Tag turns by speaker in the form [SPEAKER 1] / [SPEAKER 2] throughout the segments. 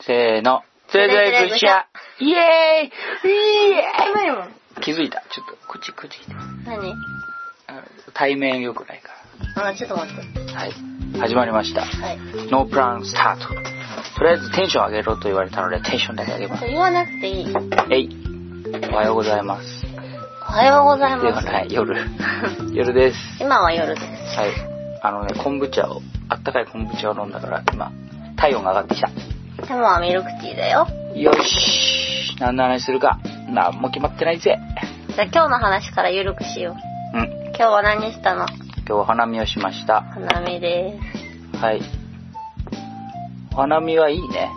[SPEAKER 1] せーの。つれづ
[SPEAKER 2] れづ
[SPEAKER 1] れ
[SPEAKER 2] れ
[SPEAKER 1] 愚
[SPEAKER 2] 愚
[SPEAKER 1] 者
[SPEAKER 2] 者
[SPEAKER 1] イエーイイエ
[SPEAKER 2] 少ないもん。
[SPEAKER 1] ーイ気づいた。ちょっと、こっち、こっち来て。
[SPEAKER 2] 何
[SPEAKER 1] あ対面良くないか
[SPEAKER 2] あ、ちょっと待って。
[SPEAKER 1] ら。はい。始まりました。
[SPEAKER 2] はい。
[SPEAKER 1] ノープランスタート。とりあえずテンション上げろと言われたので、テンションだけ上げま
[SPEAKER 2] そ
[SPEAKER 1] す。
[SPEAKER 2] れ言わなくていい。
[SPEAKER 1] えい。おはようございます。
[SPEAKER 2] おはようござい
[SPEAKER 1] では
[SPEAKER 2] ま
[SPEAKER 1] ない、夜。
[SPEAKER 2] す。
[SPEAKER 1] 夜です。
[SPEAKER 2] 今は夜です。
[SPEAKER 1] はい。あのね、昆布茶を、あったかい昆布茶を飲んだから、今、体温が上がってきた。
[SPEAKER 2] 今はミルクティーだよ。
[SPEAKER 1] よし。何の話するか。なんも決まってないぜ。
[SPEAKER 2] じゃあ今日の話から緩くしよう。
[SPEAKER 1] うん。
[SPEAKER 2] 今日は何したの
[SPEAKER 1] 今日は花見をしました。
[SPEAKER 2] 花見で
[SPEAKER 1] はい。お花見はいいね。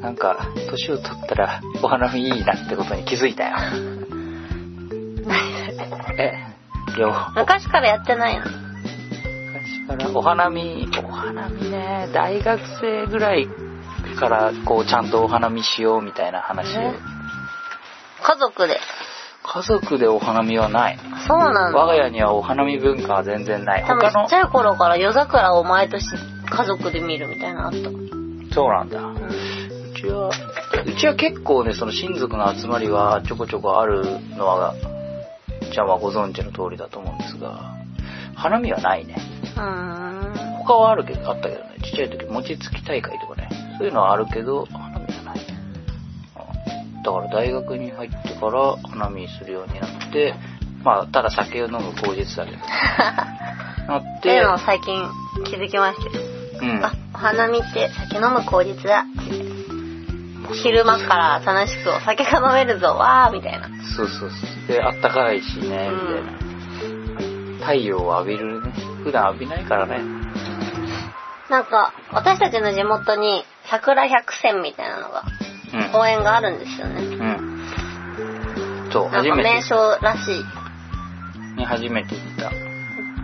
[SPEAKER 1] なんか、年を取ったら、お花見いいなってことに気づいたよ。
[SPEAKER 2] す。
[SPEAKER 1] え、いや、
[SPEAKER 2] 昔からやってないの
[SPEAKER 1] 昔から、お花見、お花見ね、大学生ぐらいから、こう、ちゃんとお花見しようみたいな話を。
[SPEAKER 2] ね家族で。
[SPEAKER 1] 家族でお花見はない。
[SPEAKER 2] そうなん
[SPEAKER 1] 我
[SPEAKER 2] だ。
[SPEAKER 1] が家にはお花見文化は全然ない。
[SPEAKER 2] 多分
[SPEAKER 1] 他
[SPEAKER 2] ち
[SPEAKER 1] の
[SPEAKER 2] っち、ゃい頃から夜桜を毎年家族で見るみたいなのあった。
[SPEAKER 1] そうなんだ。うちは、うちは結構ね、その親族の集まりはちょこちょこあるのは、ちゃんはご存知の通りだと思うんですが、花見はないね。
[SPEAKER 2] う
[SPEAKER 1] 他はあるけど、あったけどね、ちっちゃい時、餅つき大会とかね、そういうのはあるけど、花見はないね。うんだから大学に入ってから花見するようになって、まあ、ただ酒を飲む口実だけど、なっ
[SPEAKER 2] ん。で
[SPEAKER 1] て、
[SPEAKER 2] も最近気づきましたよ。
[SPEAKER 1] うん
[SPEAKER 2] あ、お花見って酒飲む口実だ。昼間から楽しくお酒が飲めるぞ、わーみたいな。
[SPEAKER 1] そうそうそう。で、あったかいしね、みたいな。太陽を浴びるね。普段浴びないからね。
[SPEAKER 2] なんか、私たちの地元に桜百選みたいなのが、公園があるんですよね。
[SPEAKER 1] うん。うん。そう、
[SPEAKER 2] なん
[SPEAKER 1] 初
[SPEAKER 2] か
[SPEAKER 1] め
[SPEAKER 2] 名
[SPEAKER 1] て、
[SPEAKER 2] 所らしい。
[SPEAKER 1] ね、初めて行った。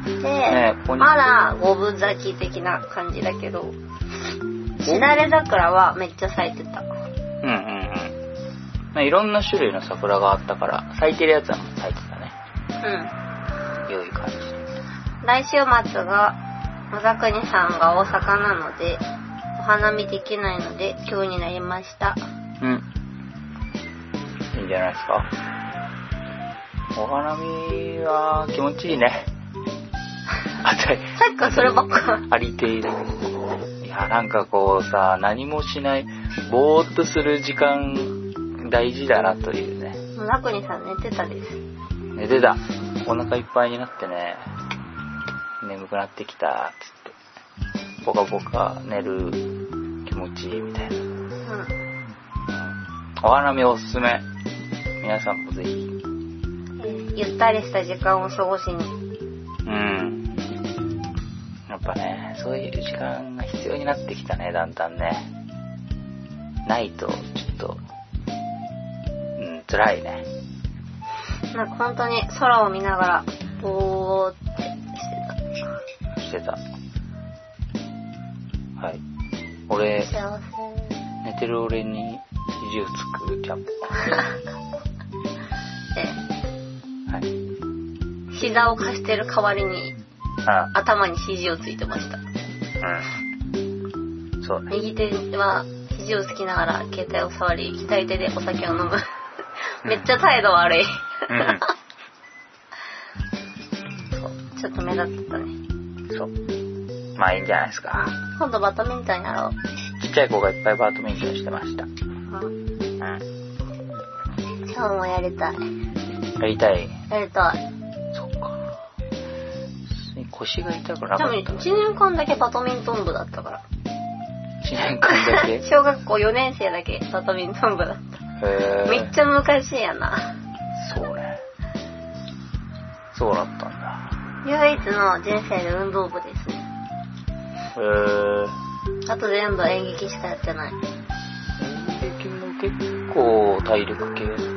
[SPEAKER 2] で、
[SPEAKER 1] ねえここに
[SPEAKER 2] まだ五分咲き的な感じだけど、しだれ桜はめっちゃ咲いてた。
[SPEAKER 1] うんうんうん。まあ、いろんな種類の桜があったから、咲いてるやつはもう咲いてたね。
[SPEAKER 2] うん。
[SPEAKER 1] 良い感じ。
[SPEAKER 2] 来週末が、野田国さんが大阪なので、お花見できないので、今日になりました。
[SPEAKER 1] うん。いいんじゃないですか。お花見は気持ちいい ね。あたり。
[SPEAKER 2] さっきからそればっか。
[SPEAKER 1] ありている。いや、なんかこうさ、何もしない、ぼーっとする時間、大事だなというね。
[SPEAKER 2] 野田国さん寝てたです。
[SPEAKER 1] 寝てた。お腹いっぱいになってね、眠くなってきた、つって。ぽかぽか寝る気持ちいいみたいな。うん
[SPEAKER 2] うん。
[SPEAKER 1] お花見おすすめ。皆さんもぜひ。
[SPEAKER 2] ゆったりした時間を過ごしに。
[SPEAKER 1] うん。やっぱね、そういう時間が必要になってきたね、だんだんね。ないと、ちょっと、うん、辛いね。
[SPEAKER 2] なんか本当に空を見ながら、ぼーってして
[SPEAKER 1] してた。はい。俺、
[SPEAKER 2] た。幸せ。
[SPEAKER 1] 寝てる俺に肘をつくジャンプ。
[SPEAKER 2] で
[SPEAKER 1] はい。
[SPEAKER 2] 膝を貸してる代わりに
[SPEAKER 1] あ、
[SPEAKER 2] 頭に肘をついてました
[SPEAKER 1] うん。そうね。
[SPEAKER 2] 右手は肘をつきながら携帯を触り左手でお酒を飲むめっちゃ態度悪い そうちょっと目立ってたね
[SPEAKER 1] うん。そう。まあいいんじゃないですか。
[SPEAKER 2] 今度バドミントンやろう
[SPEAKER 1] ちっちゃい子がいっぱいバートミントンしてました。
[SPEAKER 2] あ
[SPEAKER 1] うん。
[SPEAKER 2] 今日もやりたい
[SPEAKER 1] やりたい。
[SPEAKER 2] やりたい
[SPEAKER 1] そっか。腰が痛くな
[SPEAKER 2] で
[SPEAKER 1] か
[SPEAKER 2] も
[SPEAKER 1] っ
[SPEAKER 2] 1
[SPEAKER 1] た。
[SPEAKER 2] 年間だけバドミントン部だったから。
[SPEAKER 1] 1年間 だけ
[SPEAKER 2] 小学校4年生だけバドミントン部だっ
[SPEAKER 1] へ
[SPEAKER 2] た
[SPEAKER 1] ー
[SPEAKER 2] めっちゃ昔やな
[SPEAKER 1] そうね。そうだったんだ。
[SPEAKER 2] 唯一の人生で運動部ですね
[SPEAKER 1] へえ。
[SPEAKER 2] あと全部演劇しかやってない
[SPEAKER 1] 演劇も結構体力系だけどね。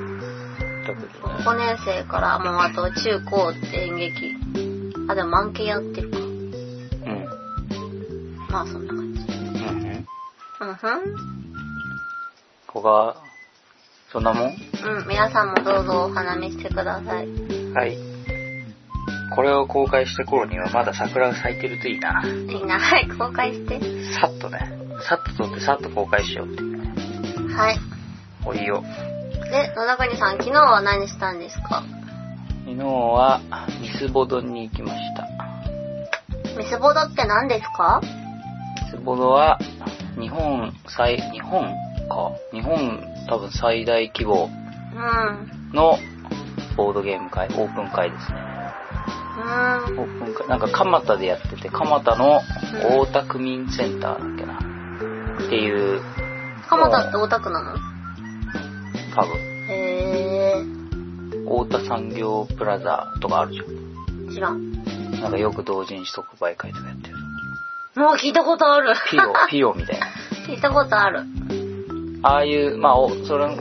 [SPEAKER 2] 5年生からもうあと中高って演劇あでも満景やってるか
[SPEAKER 1] うん。
[SPEAKER 2] まあそんな感じ
[SPEAKER 1] うんうん。
[SPEAKER 2] うんふ
[SPEAKER 1] こが、そんなもん
[SPEAKER 2] んうん皆さんもどうぞお花見してください
[SPEAKER 1] はい。これを公開した頃にはまだ桜が咲いてるといいな。
[SPEAKER 2] いいなはい公開して
[SPEAKER 1] さっとね。さっと撮ってさっと公開しようっていうね。
[SPEAKER 2] はい。
[SPEAKER 1] おいよ。
[SPEAKER 2] で、野田国さん、昨日は何したんですか
[SPEAKER 1] 昨日は、ミスボドに行きました。
[SPEAKER 2] ミスボドって何ですか
[SPEAKER 1] ミスボドは、日本最、日本か。日本多分最大規模
[SPEAKER 2] うん。うん。
[SPEAKER 1] のボードゲーム会、オープン会ですね。オープン会、なんか蒲田でやってて、蒲田の大田区民センターだっけな。っていう、
[SPEAKER 2] 蒲田ってオタクなの
[SPEAKER 1] 多分、
[SPEAKER 2] へ
[SPEAKER 1] 大田産業プラザとかあるじゃん。
[SPEAKER 2] ー。知らん。
[SPEAKER 1] なんかよく同人誌即売会とかやってる。
[SPEAKER 2] もう聞いたことある。
[SPEAKER 1] ピ オ、ピオみたいな。
[SPEAKER 2] 聞いたことある。
[SPEAKER 1] ああいう、まあ、おそれ、な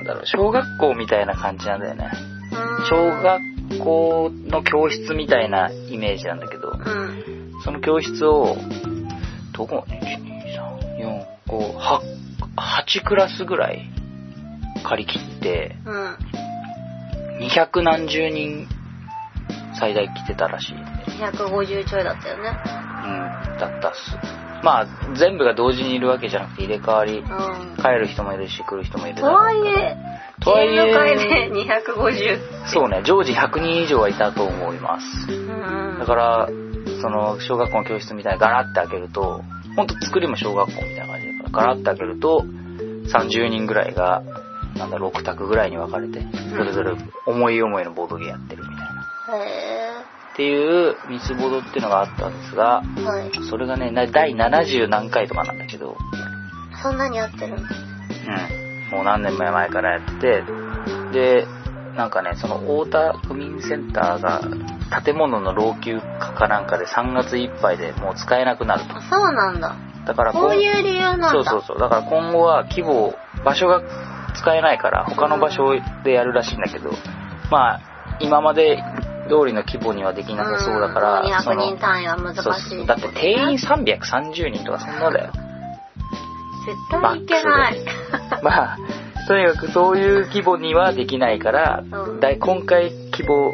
[SPEAKER 1] んだろう、小学校みたいな感じなんだよね。
[SPEAKER 2] うん
[SPEAKER 1] 小学校の教室みたいなイメージなんだけど、
[SPEAKER 2] うん。
[SPEAKER 1] その教室を、どこ ?1、2、3、4、5、8、8クラスぐらい借り切って、
[SPEAKER 2] うん。
[SPEAKER 1] 200何十人最大来てたらしい。うん、
[SPEAKER 2] 150ちょいだったよね。
[SPEAKER 1] だったっす。まあ、全部が同時にいるわけじゃなくて入れ替わり、
[SPEAKER 2] うん。
[SPEAKER 1] 帰る人もいるし来る人もいる
[SPEAKER 2] と
[SPEAKER 1] だろうから
[SPEAKER 2] はいえ、
[SPEAKER 1] とはいえ
[SPEAKER 2] ゲーム会で250。
[SPEAKER 1] そうね、常時100人以上はいたと思います。
[SPEAKER 2] うん。
[SPEAKER 1] だから、その、小学校の教室みたいにガラッて開けると、ほんと作りも小学校みたいな感じだから、ガラッて開けると、30人ぐらいが、なんだ、6択ぐらいに分かれて、それぞれ思い思いのボードゲーやってるみたいな。
[SPEAKER 2] へ
[SPEAKER 1] っていう、ミスボードっていうのがあったんですが、
[SPEAKER 2] ー。はい。
[SPEAKER 1] それがね、な第70何回とかなんだけど、
[SPEAKER 2] そんなにやってるの
[SPEAKER 1] うん。もう何年も前からやって、で、なんかね、その太田区民センターが建物の老朽化かなんかで3月いっぱいでもう使えなくなると。
[SPEAKER 2] あ、そうなんだ。
[SPEAKER 1] だから
[SPEAKER 2] こう
[SPEAKER 1] 今
[SPEAKER 2] いう理由なんだ。
[SPEAKER 1] そうそうそう。だから今後は規模を、場所が使えないから他の場所でやるらしいんだけど、まあ、今まで通りの規模にはできなさそうだから、
[SPEAKER 2] ん
[SPEAKER 1] そ
[SPEAKER 2] 200人
[SPEAKER 1] の、
[SPEAKER 2] 単位は難しい
[SPEAKER 1] そうそうだって定員330人とかそんなだよ。
[SPEAKER 2] 絶対いけない。
[SPEAKER 1] まあ、とにかくそういう規模にはできないから、
[SPEAKER 2] うん
[SPEAKER 1] だい今回規模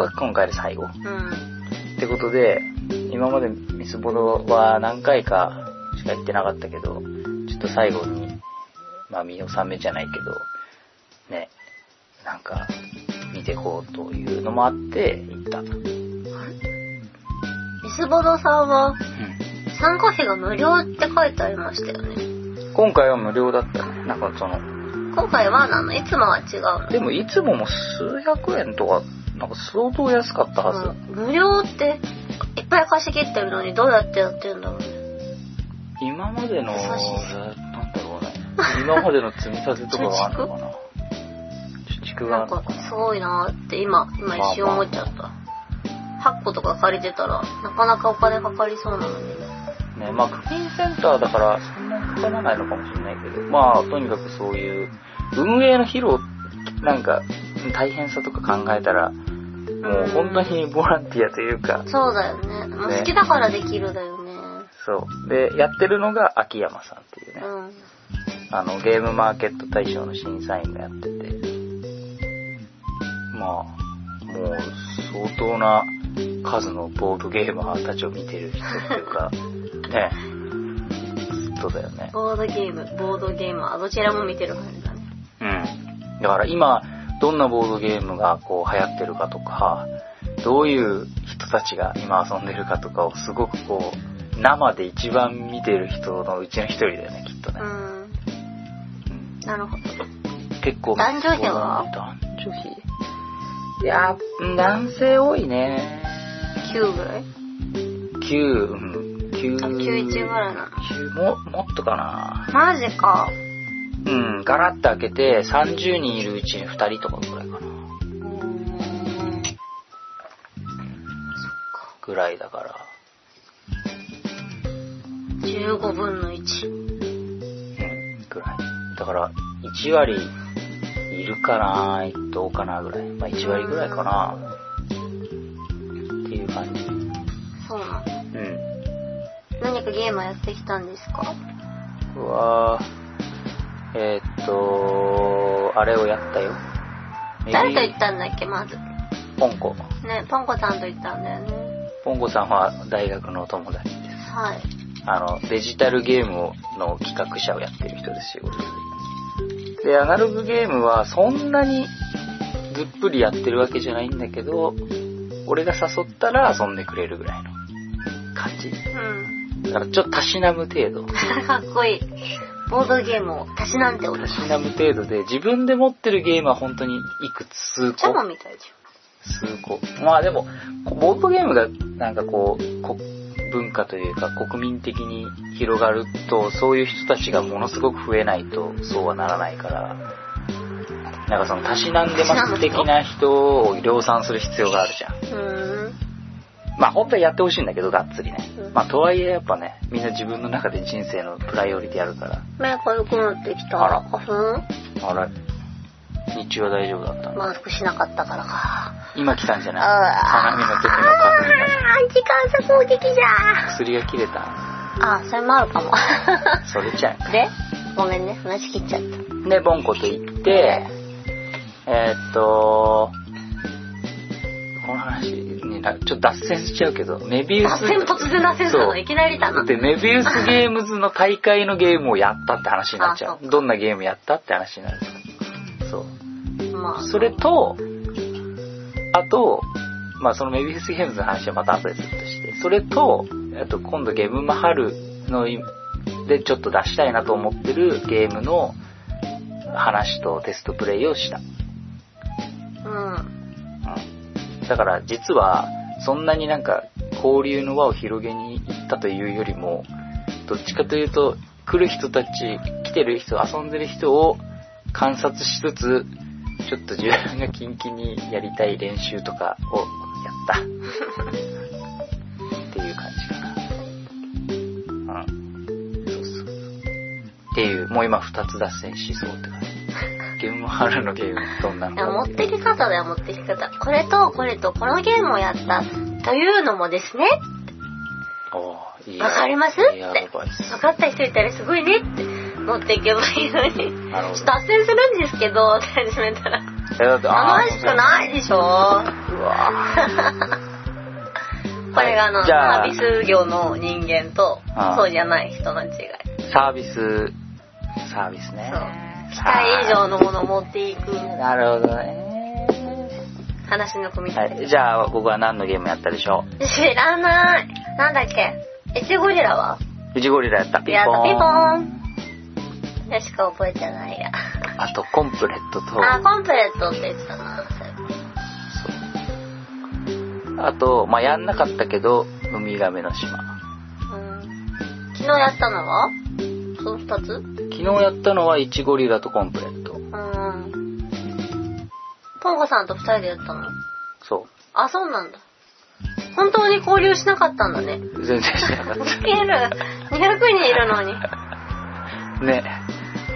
[SPEAKER 1] は今回で最後。
[SPEAKER 2] うん。
[SPEAKER 1] ってことで、今までミスボロは何回かしか行ってなかったけど、ちょっと最後に、まあ見納めじゃないけど、ね、なんか見てこうというのもあって行った。うん。
[SPEAKER 2] ミスボドさんは参加費が無料って書いてありましたよね。
[SPEAKER 1] 今回は無料だったね。なんかその、
[SPEAKER 2] 今回はなのいつもは違うの。
[SPEAKER 1] でもいつもも数百円とか、なんか相当安かったはず。
[SPEAKER 2] うん無料っていっぱい貸し切ってるのにどうやってやってるんだろうね。
[SPEAKER 1] 今までの、
[SPEAKER 2] 優しい
[SPEAKER 1] なんだろうね。今までの積み立てとかがあるのかな。貯蓄があ
[SPEAKER 2] な
[SPEAKER 1] る
[SPEAKER 2] ん
[SPEAKER 1] の
[SPEAKER 2] か
[SPEAKER 1] かな。
[SPEAKER 2] すごいなーって今、今一瞬思っちゃった。8個とか借りてたらなかなかお金かかりそうなのにね。
[SPEAKER 1] ね、まあ、課金センターだから、そんなにかからないのかもしれないけど、まあ、とにかくそういう、運営の疲労、なんか、大変さとか考えたら、もう本当にボランティアというか、
[SPEAKER 2] そうだよね。もう
[SPEAKER 1] ね
[SPEAKER 2] 好きだからできるだよね。
[SPEAKER 1] そう。で、やってるのが秋山さんっていうね、
[SPEAKER 2] うん。
[SPEAKER 1] あの、ゲームマーケット大賞の審査員がやってて、まあ、もう相当な数のボードゲーマーたちを見てる人っていう か、ね、そうだよね。
[SPEAKER 2] ボードゲーム、ボードゲームはどちらも見てる感じだね。
[SPEAKER 1] うん。だから今、どんなボードゲームがこう流行ってるかとか、どういう人たちが今遊んでるかとかをすごくこう、生で一番見てる人のうちの一人だよね、きっとね
[SPEAKER 2] う。ん。
[SPEAKER 1] うん
[SPEAKER 2] なるほど。
[SPEAKER 1] 結構
[SPEAKER 2] 男女比は
[SPEAKER 1] 男女比いやー男性多いね
[SPEAKER 2] 9ぐらい
[SPEAKER 1] 9うん9
[SPEAKER 2] あ ?91 ぐらいなの。
[SPEAKER 1] 9ももっとかな
[SPEAKER 2] マジか。
[SPEAKER 1] うんガラッと開けて30人いるうちに2人とかぐらいかな
[SPEAKER 2] うーん。
[SPEAKER 1] ぐらいだから
[SPEAKER 2] 15分の1。
[SPEAKER 1] うんぐらいだから1割いるかなどうかなぐらいまあ1割ぐらいかなっていう感じ
[SPEAKER 2] そうなの。
[SPEAKER 1] うん
[SPEAKER 2] 何かゲームはやってきたんですか
[SPEAKER 1] 僕は、えーっと、あれをやったよ。
[SPEAKER 2] 誰と行ったんだっけ、まず。
[SPEAKER 1] ポンコ。
[SPEAKER 2] ね、ポンコさんと行ったんだよね。
[SPEAKER 1] ポンコさんは大学の友達です。
[SPEAKER 2] はい。
[SPEAKER 1] あの、デジタルゲームの企画者をやってる人ですよ、俺で、アナログゲームはそんなにずっぷりやってるわけじゃないんだけど、俺が誘ったら遊んでくれるぐらいの感じ。
[SPEAKER 2] うん。
[SPEAKER 1] だからちょっとたしなむ程度。
[SPEAKER 2] かっこいい。ボードゲームをたしなんでお
[SPEAKER 1] た。
[SPEAKER 2] る
[SPEAKER 1] しなむ程度で、自分で持ってるゲームは本当にいくつ数
[SPEAKER 2] チャ
[SPEAKER 1] 個
[SPEAKER 2] モ。みたいじ
[SPEAKER 1] 数個。まあでも、こボードゲームがなんかこう、こ文化というか国民的に広がると、そういう人たちがものすごく増えないとそうはならないから、なんかその、たしなんでます的な人を量産する必要があるじゃん。
[SPEAKER 2] ゃん。うーん。
[SPEAKER 1] まあ本当はやってほしいんだけど、がっつりね
[SPEAKER 2] う。ん
[SPEAKER 1] まあとはいえやっぱね、みんな自分の中で人生のプライオリティあるから、
[SPEAKER 2] 目かゆくなってきた。
[SPEAKER 1] あら
[SPEAKER 2] 花粉
[SPEAKER 1] あら、日中は大丈夫だったの。
[SPEAKER 2] マスクしなかったからか。
[SPEAKER 1] 今来たんじゃ
[SPEAKER 2] あー
[SPEAKER 1] ない花見の時の花粉が。
[SPEAKER 2] あー時間差攻撃じゃ
[SPEAKER 1] 薬が切れた
[SPEAKER 2] あー、それもあるか も。
[SPEAKER 1] それじゃん。
[SPEAKER 2] で、ごめんね、話切っちゃった。
[SPEAKER 1] で、ボンコと行って、えーっと、この話にな、ちょっと脱線しちゃうけど、メビウ
[SPEAKER 2] 脱線
[SPEAKER 1] ス、
[SPEAKER 2] 突然脱線した
[SPEAKER 1] そ
[SPEAKER 2] の
[SPEAKER 1] う
[SPEAKER 2] いきなりだな。
[SPEAKER 1] で、メビウスゲームズの大会のゲームをやったって話になっちゃ。
[SPEAKER 2] あそうう
[SPEAKER 1] どんなゲームやったって話になる。そう。
[SPEAKER 2] まあ、
[SPEAKER 1] それと、あと、まあそのメビウスゲームズの話はまた後でずっとして、それと、あと今度ゲームマハルのいでちょっと出したいなと思ってるゲームの話とテストプレイをした。
[SPEAKER 2] うん。
[SPEAKER 1] うんだから実はそんなになんか交流の輪を広げに行ったというよりもどっちかというと来る人たち来てる人遊んでる人を観察しつつちょっと自分がキンキンにやりたい練習とかをやったっていう感じかなうんそうそうっていうもう今2つ脱線しそうって感じゲームハルのゲームどんなの
[SPEAKER 2] いや、
[SPEAKER 1] か
[SPEAKER 2] 持っ
[SPEAKER 1] っていう
[SPEAKER 2] てき方だよ、持ってき方。これと、これと、このゲームをやった。というのもですね、
[SPEAKER 1] ああいい
[SPEAKER 2] わかります
[SPEAKER 1] いいアドバイス。
[SPEAKER 2] 分かった人いたらすごいねって持っていけばいいのに。
[SPEAKER 1] なるほ
[SPEAKER 2] ちょっと
[SPEAKER 1] ど。
[SPEAKER 2] 脱線するんですけど、って始めたら。
[SPEAKER 1] えだって
[SPEAKER 2] 楽しくないでしょ
[SPEAKER 1] うわ
[SPEAKER 2] これがあの、
[SPEAKER 1] じゃあ
[SPEAKER 2] サービス業の人間と
[SPEAKER 1] あ、
[SPEAKER 2] そうじゃない人の違い。
[SPEAKER 1] サービス、サービスね
[SPEAKER 2] そう。期待以上のものを持っていく
[SPEAKER 1] なるほどね。
[SPEAKER 2] 話の組み
[SPEAKER 1] は
[SPEAKER 2] 立
[SPEAKER 1] い。
[SPEAKER 2] て。
[SPEAKER 1] じゃあ、僕は何のゲームやったでしょ
[SPEAKER 2] 知らない。なんだっけエチゴリラは
[SPEAKER 1] うウジゴリラやった。ピ
[SPEAKER 2] ピア
[SPEAKER 1] ンポー
[SPEAKER 2] ノ
[SPEAKER 1] ン。
[SPEAKER 2] ピンポーン。いやしか覚えてないや。
[SPEAKER 1] あと、コンプレットと、
[SPEAKER 2] あ、コンプレットって言ってたな。そうい
[SPEAKER 1] そう
[SPEAKER 2] え
[SPEAKER 1] あと、まあ、やんなかったけど、ウミガメの島。
[SPEAKER 2] ばうん昨日やったのはその二つう
[SPEAKER 1] 昨日やったのは、イチゴリラとコンプレット。
[SPEAKER 2] ん。ポンコさんと二人でやったの
[SPEAKER 1] そ
[SPEAKER 2] あ、そうなんだ。本当に交流しなかったんだ ね。
[SPEAKER 1] う。全然しなかっ
[SPEAKER 2] ウ ケる。200人いる のに。
[SPEAKER 1] た。ね。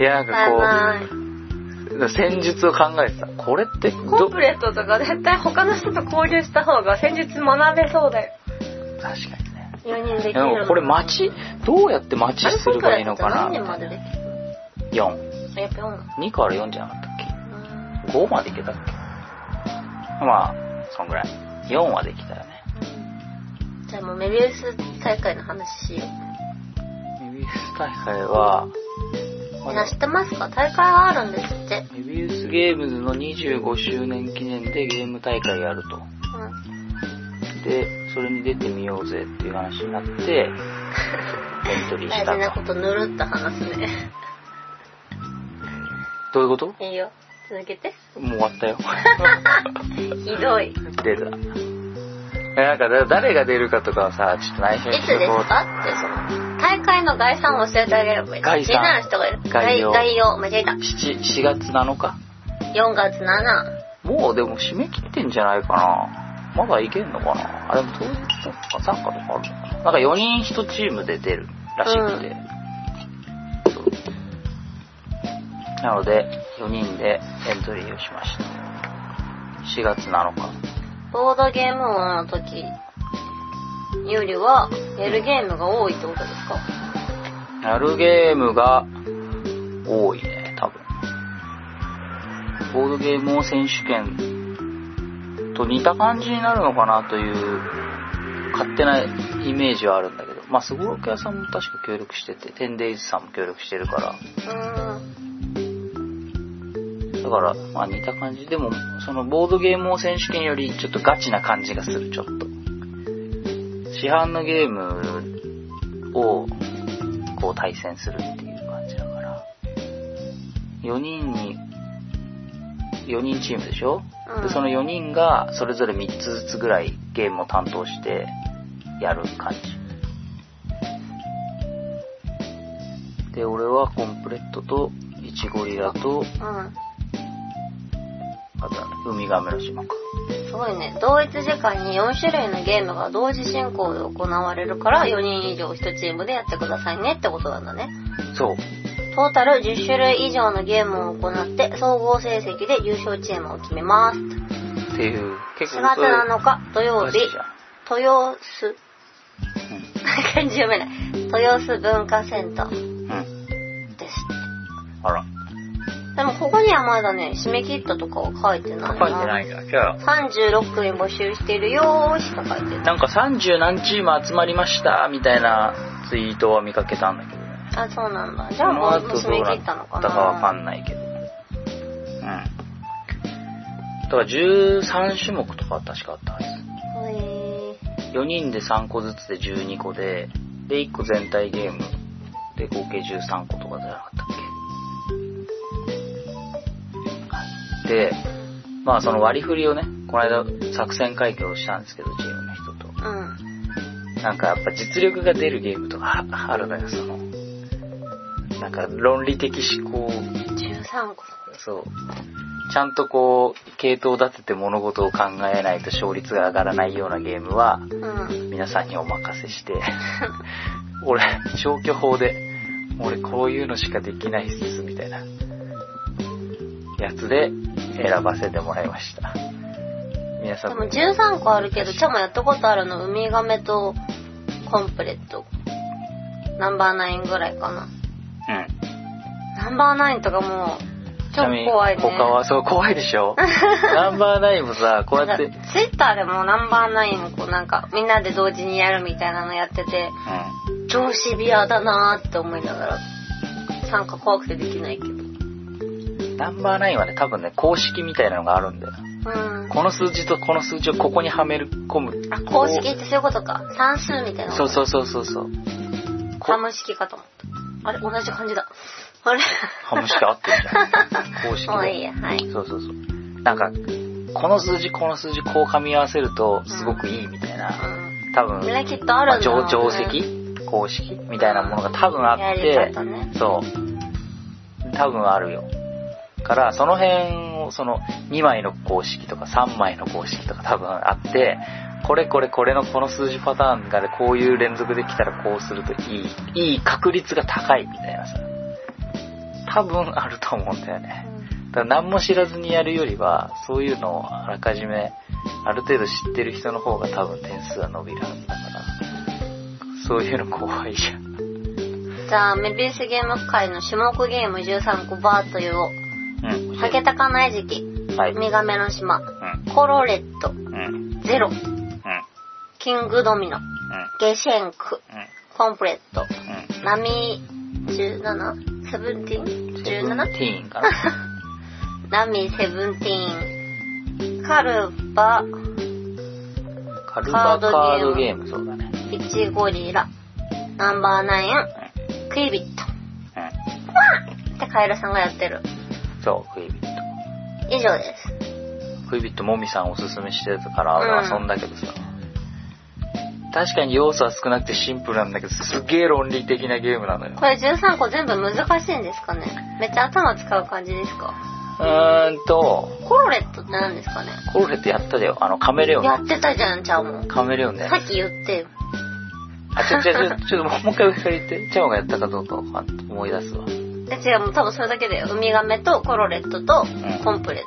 [SPEAKER 1] いや、な
[SPEAKER 2] あ
[SPEAKER 1] んか
[SPEAKER 2] ない。
[SPEAKER 1] こう、戦術を考えてた。これって、
[SPEAKER 2] コン
[SPEAKER 1] ど
[SPEAKER 2] プ、レットとか絶対他の人と交流した方が戦術学べそうだよ。
[SPEAKER 1] 確かにね。
[SPEAKER 2] 4人で
[SPEAKER 1] で
[SPEAKER 2] きる
[SPEAKER 1] も
[SPEAKER 2] の。
[SPEAKER 1] これ街、どうやって街
[SPEAKER 2] あれ
[SPEAKER 1] す
[SPEAKER 2] コン
[SPEAKER 1] る
[SPEAKER 2] プレ
[SPEAKER 1] ばいい
[SPEAKER 2] ット
[SPEAKER 1] の
[SPEAKER 2] って
[SPEAKER 1] かな
[SPEAKER 2] 何人まででき
[SPEAKER 1] ?4。
[SPEAKER 2] るやっぱ4なの
[SPEAKER 1] 2から4じゃなかったっけ ?5 までいけたっけまあ、そんぐらい。4はできたよね。
[SPEAKER 2] じゃあもうメビウス大会の話しよ
[SPEAKER 1] メビウス大会は、
[SPEAKER 2] う。
[SPEAKER 1] ま
[SPEAKER 2] 皆
[SPEAKER 1] だ
[SPEAKER 2] 知ってますか大会があるんですって。
[SPEAKER 1] メビウスゲームズの25周年記念でゲーム大会やると。
[SPEAKER 2] うん
[SPEAKER 1] で、それに出てみようぜっていう話にな って、エントリーし
[SPEAKER 2] 大
[SPEAKER 1] た。
[SPEAKER 2] 事なこととぬるっと話すね。
[SPEAKER 1] どういうこと
[SPEAKER 2] いいよ。続けて。
[SPEAKER 1] もう終わったよ。
[SPEAKER 2] ひどい。いつ
[SPEAKER 1] 出た。えなんかだ誰が出るかとかはさ、ちょっと内緒にし
[SPEAKER 2] です
[SPEAKER 1] とこう
[SPEAKER 2] かって、その、大会の概算を教えてあげればいい。
[SPEAKER 1] 概算
[SPEAKER 2] 次男の人がいる。
[SPEAKER 1] 概
[SPEAKER 2] 概
[SPEAKER 1] 要
[SPEAKER 2] 概要。間違えた。
[SPEAKER 1] 7, 4月7日
[SPEAKER 2] 4月7。
[SPEAKER 1] もうでも締め切ってんじゃないかなまだいけんのかなあでも当日とか参加とかあるのかななんか4人1チームで出るらしくて、そうなので4人でエントリーをしました4月7日
[SPEAKER 2] ボードゲーム王の時よりは、やるゲームが多いってことですか
[SPEAKER 1] やるゲームが多いね多分ボードゲームを選手権と似た感じになるのかなという勝手なイメージはあるんだけどまあ、すごろく屋さんも確か協力してて、テンデイズさんも協力してるから、
[SPEAKER 2] うん。
[SPEAKER 1] だから、まあ似た感じ。でも、そのボードゲームを選手権よりちょっとガチな感じがする、ちょっと。市販のゲームを、こう対戦するっていう感じだから。4人に、4人チームでしょ、
[SPEAKER 2] うん
[SPEAKER 1] で、その4人がそれぞれ3つずつぐらいゲームを担当してやる感じ。で、俺はコンプレットと、イチゴリラと、
[SPEAKER 2] うん。
[SPEAKER 1] あと、ウミガメの島か。
[SPEAKER 2] すごいね。同一時間に4種類のゲームが同時進行で行われるから、4人以上1チームでやってくださいねってことなんだね。
[SPEAKER 1] そう。
[SPEAKER 2] トータル10種類以上のゲームを行って、総合成績で優勝チームを決めます。
[SPEAKER 1] っていう。結
[SPEAKER 2] 4
[SPEAKER 1] 構
[SPEAKER 2] 月
[SPEAKER 1] そういう
[SPEAKER 2] 7日土曜日、
[SPEAKER 1] じゃん。
[SPEAKER 2] 豊洲、 漢字読めない。豊洲文化センター
[SPEAKER 1] うん。うん。
[SPEAKER 2] です。
[SPEAKER 1] あら。
[SPEAKER 2] でもここにはまだね、締め切ったとかは書いてない
[SPEAKER 1] 書
[SPEAKER 2] な。
[SPEAKER 1] いてないんだ。じゃあ、
[SPEAKER 2] 36組募集しているよーしか書いてる。
[SPEAKER 1] なんか30何チーム集まりました、みたいなツイートは見かけたんだけどね。
[SPEAKER 2] あ、そうなんだ。じ
[SPEAKER 1] そ
[SPEAKER 2] ゃあも
[SPEAKER 1] の
[SPEAKER 2] う
[SPEAKER 1] 後
[SPEAKER 2] もう
[SPEAKER 1] ど
[SPEAKER 2] 締
[SPEAKER 1] う
[SPEAKER 2] め
[SPEAKER 1] な
[SPEAKER 2] 切っ
[SPEAKER 1] ったか
[SPEAKER 2] たのかな。
[SPEAKER 1] わかんないけど。うん。だから13種目とか確かあったはず。
[SPEAKER 2] へ
[SPEAKER 1] 4人で3個ずつで12個で、で1個全体ゲームで合計13個とかじゃなかったっけ。で、まあその割り振りをね、この間作戦会議をしたんですけど、チームの人と。
[SPEAKER 2] ーうん。
[SPEAKER 1] なんかやっぱ実力が出るゲームとか ああるのよ、その。なんか論理的思考
[SPEAKER 2] 13個。
[SPEAKER 1] そう。ちゃんとこう、系統を立てて物事を考えないと勝率が上がらないようなゲームは、
[SPEAKER 2] うん。
[SPEAKER 1] 皆さんにお任せして、 俺、消去法で、俺こういうのしかできないっす、みたいな、やつで選ばせてもらいました。皆さ
[SPEAKER 2] で
[SPEAKER 1] ん
[SPEAKER 2] も
[SPEAKER 1] も、
[SPEAKER 2] 13個あるけど、ちゃんもやったことあるの、ウミガメとコンプレット。ナンバーナインぐらいかな。
[SPEAKER 1] うん。
[SPEAKER 2] ナンバーナインとかもう、
[SPEAKER 1] ち
[SPEAKER 2] 超
[SPEAKER 1] なみに、
[SPEAKER 2] 怖いね。
[SPEAKER 1] 他は、そう、怖いでし ょナンバーナインもさ、こうや
[SPEAKER 2] な
[SPEAKER 1] っ
[SPEAKER 2] ん
[SPEAKER 1] て、
[SPEAKER 2] か
[SPEAKER 1] うん。
[SPEAKER 2] ツイッターでもナンバーナインをこうなんかみんなで同時にやるみたいなのやってて超シビアだなーって思いながら参加怖くてできないけどうん
[SPEAKER 1] ナンバーナインはね、多分ね、公式みたいなのがあるんだよ。この数字とこの数字をここにはめ込む。
[SPEAKER 2] あ公式ってそういうことか算数みたいな
[SPEAKER 1] そうそうそうそうそう。こ
[SPEAKER 2] ハム式かと思ったあれ同じ感じだ あれ
[SPEAKER 1] ハム式合ってるじゃ ん。公式で。
[SPEAKER 2] もういいやはい
[SPEAKER 1] そうそうそう。なんか、この数字、この数字、こう噛み合わせると、すごくいいみたいな。多分、
[SPEAKER 2] ねきっとあるんだろうね
[SPEAKER 1] まあ定定石公式みたいなものが多分あ
[SPEAKER 2] うん
[SPEAKER 1] っ
[SPEAKER 2] や
[SPEAKER 1] て、
[SPEAKER 2] り方ね
[SPEAKER 1] そう。多分あるよ。から、その辺を、その、2枚の公式とか3枚の公式とか多分あって、これこれこれのこの数字パターンがね、こういう連続できたらこうするといい、いい確率が高いみたいなさ。多分あると思うんだよね。だから何も知らずにやるよりは、そういうのをあらかじめ、ある程度知ってる人の方が多分点数は伸びるはずだから、そういうの怖いじゃん。
[SPEAKER 2] じゃあメビウスゲーム会の種目ゲーム13個バーという
[SPEAKER 1] うん。
[SPEAKER 2] ハゲタカナ餌食
[SPEAKER 1] はい。
[SPEAKER 2] ウミガメの島
[SPEAKER 1] う
[SPEAKER 2] コロレット
[SPEAKER 1] ん。うん。うん。
[SPEAKER 2] ゼロ
[SPEAKER 1] うん。
[SPEAKER 2] キングドミノゲシェンクコンプレット
[SPEAKER 1] う
[SPEAKER 2] ナミ 17? セブンティーン
[SPEAKER 1] ん。うん。
[SPEAKER 2] 17?
[SPEAKER 1] ティーンかな。
[SPEAKER 2] ナミセブンティーンカルバ
[SPEAKER 1] カルバカードゲーム、そうだね。
[SPEAKER 2] イチゴリラナンバーナインクイビット
[SPEAKER 1] う
[SPEAKER 2] ってカエルさんがやってる
[SPEAKER 1] ん。そう、クイビット。
[SPEAKER 2] 以上です
[SPEAKER 1] クイビットもみさんおすすめしてたから
[SPEAKER 2] うん
[SPEAKER 1] 遊んだけどさ、確かに要素は少なくてシンプルなんだけど、すげえ論理的なゲームなのよ。
[SPEAKER 2] これ13個全部難しいんですかねめっちゃ頭使う感じですか
[SPEAKER 1] うーんと、
[SPEAKER 2] コロレットって何ですかね
[SPEAKER 1] コルレットやっただよ。あの、カメレオン
[SPEAKER 2] や
[SPEAKER 1] ね。
[SPEAKER 2] ってたじゃんちゃうもん
[SPEAKER 1] カメレオンね
[SPEAKER 2] さ。っき言ってよ
[SPEAKER 1] あ、ちょ、ちょ、ちょ、ちょ、もう一回上から言って。チャオがやったかどうかわかんない思い出すわ。
[SPEAKER 2] え違うもう多分それだけだよウミガメとコロレットと
[SPEAKER 1] ん
[SPEAKER 2] コンプレッ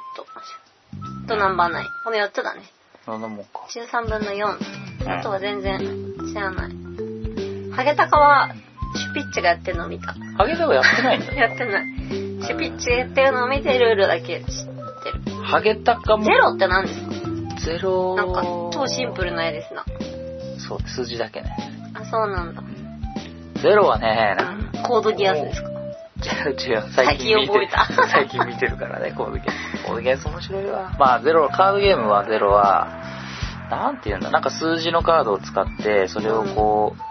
[SPEAKER 2] ト、とナンバーナインこの4つだね
[SPEAKER 1] そんなもんか。
[SPEAKER 2] 13分の
[SPEAKER 1] ん
[SPEAKER 2] 4あとは全然知らないハゲタカはシュピッチがやってるのを見た
[SPEAKER 1] ハゲタカやってないんだよ。
[SPEAKER 2] やってないシュピッチがやってるのを見てルールだけ知ってる
[SPEAKER 1] ハゲタカも
[SPEAKER 2] ゼロって何ですか
[SPEAKER 1] ゼロ
[SPEAKER 2] なんか超シンプルな絵ですな
[SPEAKER 1] そう、数字だけね。
[SPEAKER 2] あそうなんだ
[SPEAKER 1] うんゼロはね、
[SPEAKER 2] コードギアスですか
[SPEAKER 1] 違う違う、最近見て
[SPEAKER 2] 最近覚えた
[SPEAKER 1] 最近見てるからね、コードゲーム。コードゲーム面白い わ。まあ、ゼロ、カードゲームはゼロは、なんていうんだ、なんか数字のカードを使って、それをこう、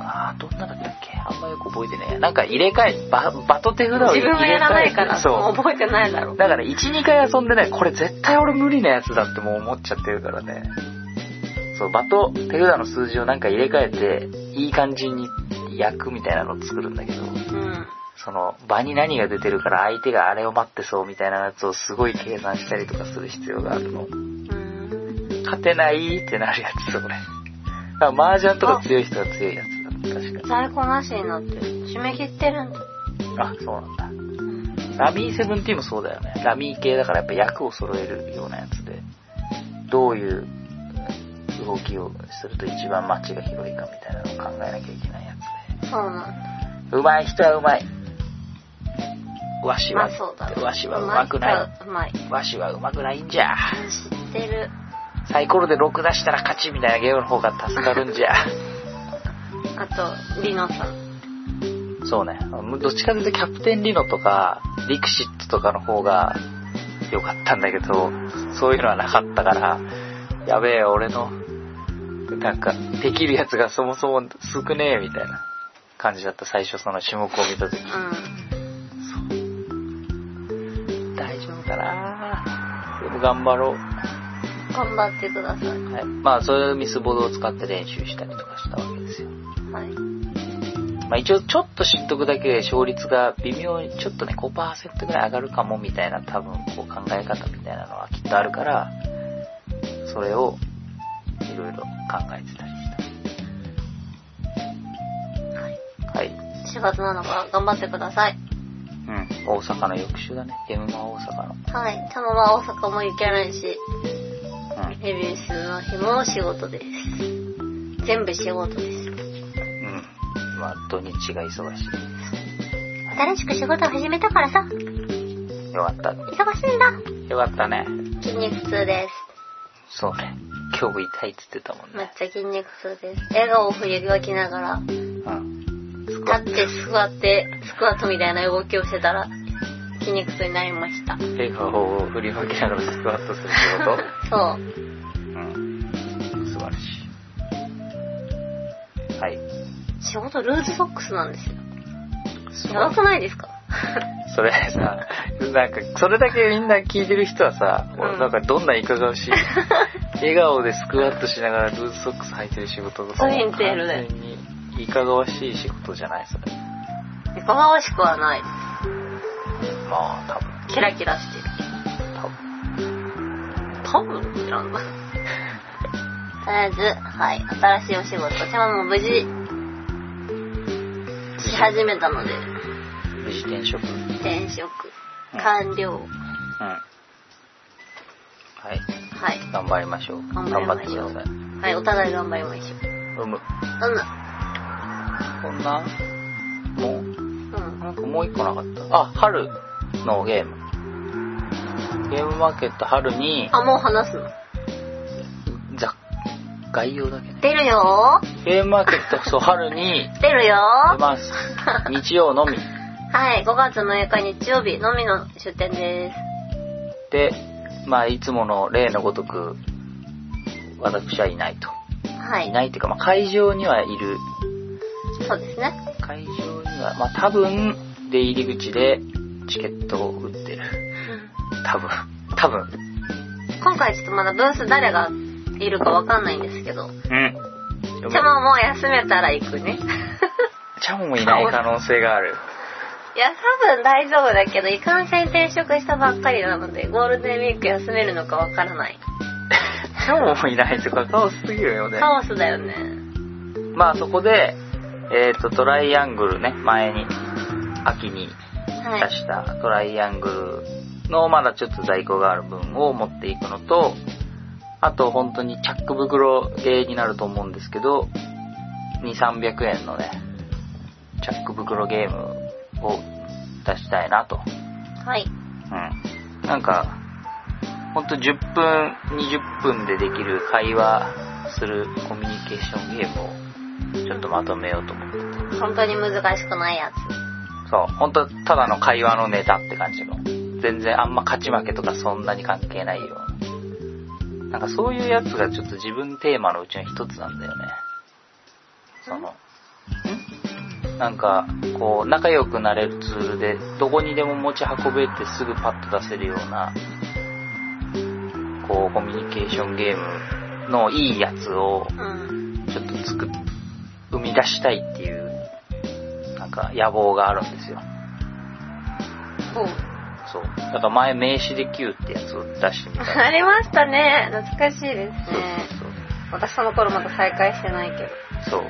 [SPEAKER 1] あーどんなだったっけあんまよく覚えてねえや。なんか入れ替え、場場と手札を入れ替
[SPEAKER 2] 自
[SPEAKER 1] え
[SPEAKER 2] 分がやらないからも
[SPEAKER 1] そう
[SPEAKER 2] 覚えてないだろ
[SPEAKER 1] う。
[SPEAKER 2] う
[SPEAKER 1] だから1、2回遊んでね、これ絶対俺無理なやつだってもう思っちゃってるからね。そう、場と手札の数字をなんか入れ替えて、いい感じに焼くみたいなのを作るんだけど。
[SPEAKER 2] うん
[SPEAKER 1] その場に何が出てるから相手があれを待ってそうみたいなやつをすごい計算したりとかする必要があるの。
[SPEAKER 2] うん
[SPEAKER 1] 勝てないってなるやつ、それ。だから麻雀とか強い人は強いやつだった、確か。
[SPEAKER 2] 在庫なしになってる締め切ってるんだ
[SPEAKER 1] あ、そうなんだ。ラミーセブンティーもそうだよね。ラミー系だからやっぱ役を揃えるようなやつで、どういう動きをすると一番街が広いかみたいなのを考えなきゃいけないやつ
[SPEAKER 2] そうなん
[SPEAKER 1] で。
[SPEAKER 2] だ
[SPEAKER 1] 上手い人は上手い。わし
[SPEAKER 2] ま
[SPEAKER 1] は、
[SPEAKER 2] あそうだ
[SPEAKER 1] わしは上手くない。
[SPEAKER 2] うまい人は
[SPEAKER 1] わしはうまくないんじゃ。
[SPEAKER 2] うまい知ってる
[SPEAKER 1] サイコロで6出したら勝ちみたいなゲームの方が助かるんじゃ。
[SPEAKER 2] あとリノさん
[SPEAKER 1] そうね。どっちかというとキャプテンリノとか、リクシットとかの方が良かったんだけど、そういうのはなかったから、やべえ、俺の、なんか、できるやつがそもそも少ねえみたいな感じだった、最初その種目を見た時
[SPEAKER 2] う
[SPEAKER 1] 大丈夫かなでも頑張ろう。
[SPEAKER 2] ん頑張ってください
[SPEAKER 1] はい。まあ、そういうミスボードを使って練習したりとかしたわけですよ。
[SPEAKER 2] はい
[SPEAKER 1] まあ、一応ちょっと知っとくだけで勝率が微妙にちょっとね5%ぐらい上がるかもみたいな多分こう考え方みたいなのはきっとあるからそれをいろいろ考えてたりしたはい、
[SPEAKER 2] 4月7日頑張ってください
[SPEAKER 1] うん、大阪の翌週だねゲームマ大阪の
[SPEAKER 2] はいたまは大阪も行けないし
[SPEAKER 1] う
[SPEAKER 2] レビューするの日も仕事です全部仕事で
[SPEAKER 1] んう
[SPEAKER 2] す
[SPEAKER 1] んまあ土日が忙し
[SPEAKER 2] 新しく仕事を始めたからさ忙し
[SPEAKER 1] いよかった
[SPEAKER 2] いんだ
[SPEAKER 1] よかったね
[SPEAKER 2] 筋肉痛です
[SPEAKER 1] そうね今日痛いって言ってたもん
[SPEAKER 2] めっ
[SPEAKER 1] ね
[SPEAKER 2] ちゃ筋肉痛です笑顔を振り分けながら
[SPEAKER 1] うん
[SPEAKER 2] 立ってスクワってスクワットみたいな動きをしてたら筋肉痛になりました
[SPEAKER 1] 笑顔を振り分けながらスクワットするってこと
[SPEAKER 2] そう
[SPEAKER 1] うん素晴らしい。はい。
[SPEAKER 2] 仕事ルーズソックスなんですよやばくないです か
[SPEAKER 1] それさ、なんか、それだけみんな聞いてる人はさ、
[SPEAKER 2] うん
[SPEAKER 1] 俺なんかどんないかが わしい、笑顔でスクワットしながらルーズソックス履いてる仕事が
[SPEAKER 2] そう
[SPEAKER 1] も
[SPEAKER 2] いううのテールで
[SPEAKER 1] 完全にいかがわしい仕事じゃない、それ。
[SPEAKER 2] いかがわしくはない
[SPEAKER 1] まあ、多分、
[SPEAKER 2] キラキラしてる
[SPEAKER 1] 多分。
[SPEAKER 2] 多分知らんな とりあえずはい新しいお仕事私ももう無事し始めたので
[SPEAKER 1] 無事転職。うん。
[SPEAKER 2] 転職完了
[SPEAKER 1] はい。
[SPEAKER 2] はい
[SPEAKER 1] 頑張りましょう。
[SPEAKER 2] 頑
[SPEAKER 1] 頑
[SPEAKER 2] 張
[SPEAKER 1] 張っ
[SPEAKER 2] りま
[SPEAKER 1] て
[SPEAKER 2] し
[SPEAKER 1] く
[SPEAKER 2] ょ
[SPEAKER 1] だ
[SPEAKER 2] う
[SPEAKER 1] さい。
[SPEAKER 2] はいお互い頑張りましょ
[SPEAKER 1] うむ。
[SPEAKER 2] うう
[SPEAKER 1] こんな、もうん
[SPEAKER 2] うん
[SPEAKER 1] なんかもう一個なかった。あ、春のゲーム。ゲームマーケット春に、
[SPEAKER 2] あもう話すの
[SPEAKER 1] ざ概要だけね。
[SPEAKER 2] 出るよ
[SPEAKER 1] ゲームマーケット、そう、春に
[SPEAKER 2] ー出るよ
[SPEAKER 1] 出
[SPEAKER 2] ー
[SPEAKER 1] ます。日曜のみ。
[SPEAKER 2] はい5月6日日曜日のみの出店です
[SPEAKER 1] で、まあ、いつもの例のごとく、私はいないと。
[SPEAKER 2] はいい
[SPEAKER 1] ないっていうか、まあ、会場にはいる。
[SPEAKER 2] そうですね
[SPEAKER 1] 会場には、まあ、多分、出入り口でチケットを売ってる。多分。多分。
[SPEAKER 2] 今回ちょっとまだブース誰がいるかわかんないんですけど
[SPEAKER 1] うん。
[SPEAKER 2] じゃあもうもう休めたら行くね
[SPEAKER 1] チャモもいない可能性がある。
[SPEAKER 2] いや、多分大丈夫だけど、いかんせん転職したばっかりなので、ゴールデンウィーク休めるのかわからない。
[SPEAKER 1] チャモもいないとかカオスすぎるよね。
[SPEAKER 2] カオスだよね。
[SPEAKER 1] まあそこで、えっ、と、トライアングルね、前に、秋に
[SPEAKER 2] は
[SPEAKER 1] 出
[SPEAKER 2] い。
[SPEAKER 1] したトライアングルのまだちょっと在庫がある分を持っていくのと、あと本当にチャック袋ゲーになると思うんですけど、2、300円のね、チャック袋ゲームを出したいなと。
[SPEAKER 2] はい。
[SPEAKER 1] うん。なんか、ほんと10分、20分でできる会話するコミュニケーションゲームをちょっとまとめようと思ってて。
[SPEAKER 2] 本当に難しくないや
[SPEAKER 1] そう、本当ただの会話のネタって感じの。全然あんま勝ち負けとかそんなに関係ないような。なんかそういうやつがちょっと自分テーマのうちの一つなんだよね。その、なんか、こう、仲良くなれるツールで、どこにでも持ち運べてすぐパッと出せるような、こう、コミュニケーションゲームのいいやつを、
[SPEAKER 2] つ。うん。
[SPEAKER 1] ちょっと作っ、生み出したいっていう、なんか野望があるんですよ。
[SPEAKER 2] そう。
[SPEAKER 1] そう。だから前、名刺で Q ってやつを出してみたい。
[SPEAKER 2] ありましたね。懐かしいです
[SPEAKER 1] そう
[SPEAKER 2] ね。
[SPEAKER 1] そう
[SPEAKER 2] 私その頃まだ再開してないけど。
[SPEAKER 1] そう。そう。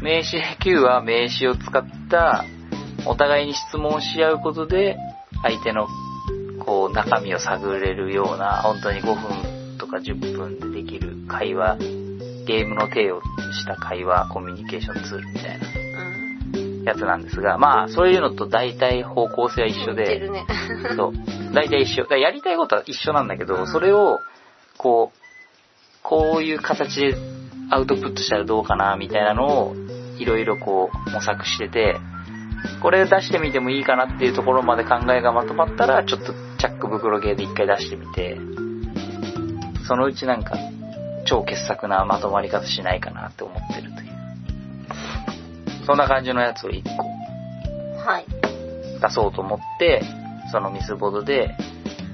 [SPEAKER 1] 名刺で Q は名刺を使った、お互いに質問し合うことで、相手の、こう、中身を探れるような、本当に5分とか10分でできる会話、ゲームの体をした会話、コミュニケーションツールみたいな
[SPEAKER 2] うん。
[SPEAKER 1] やつなんですが、まあ、そういうのと大体方向性は一緒
[SPEAKER 2] 似て
[SPEAKER 1] で、
[SPEAKER 2] るね。
[SPEAKER 1] そう。大体一緒。だからやりたいことは一緒なんだけど、
[SPEAKER 2] うん
[SPEAKER 1] それを、こう、こういう形でアウトプットしたらどうかな、みたいなのを、いろいろこう、模索してて、これ出してみてもいいかなっていうところまで考えがまとまったら、ちょっとチャック袋系で一回出してみて、そのうちなんか、超傑作なまとまり方しないかなって思ってるという。そんな感じのやつを一個
[SPEAKER 2] はい。
[SPEAKER 1] 出そうと思って、そのミスボードで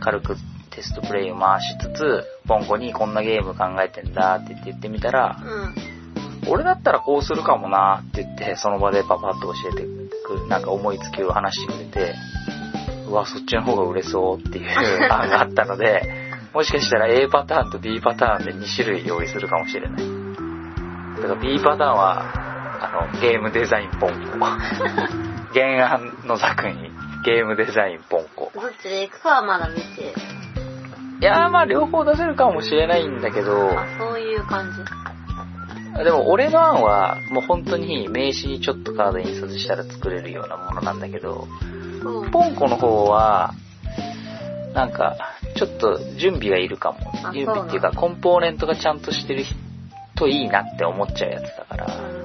[SPEAKER 1] 軽くテストプレイを回しつつ、ボンゴにこんなゲーム考えてんだって言って言ってみたら、
[SPEAKER 2] うん。
[SPEAKER 1] 俺だったらこうするかもなって言って、その場でパパッと教えてくる、なんか思いつきを話してくれて、うわ、そっちの方が売れそうっていう案があったので、もしかしたら A パターンと B パターンで2種類用意するかもしれない。だから B パターンは、あの、ゲームデザインポンコ。原案の作品、ゲームデザインポンコ。
[SPEAKER 2] どっちで行くかはまだ見て。
[SPEAKER 1] いやーまあ両方出せるかもしれないんだけど、
[SPEAKER 2] あ、そういう感じ。
[SPEAKER 1] でも俺の案はもう本当に名刺にちょっとカード印刷したら作れるようなものなんだけど、
[SPEAKER 2] そう。
[SPEAKER 1] ポンコの方は、なんか、ちょっと準備がいるかも
[SPEAKER 2] あ。
[SPEAKER 1] 準備っていう
[SPEAKER 2] そ
[SPEAKER 1] か、
[SPEAKER 2] うなの
[SPEAKER 1] コンポーネントがちゃんとしてるといいなって思っちゃうやつだから、
[SPEAKER 2] うん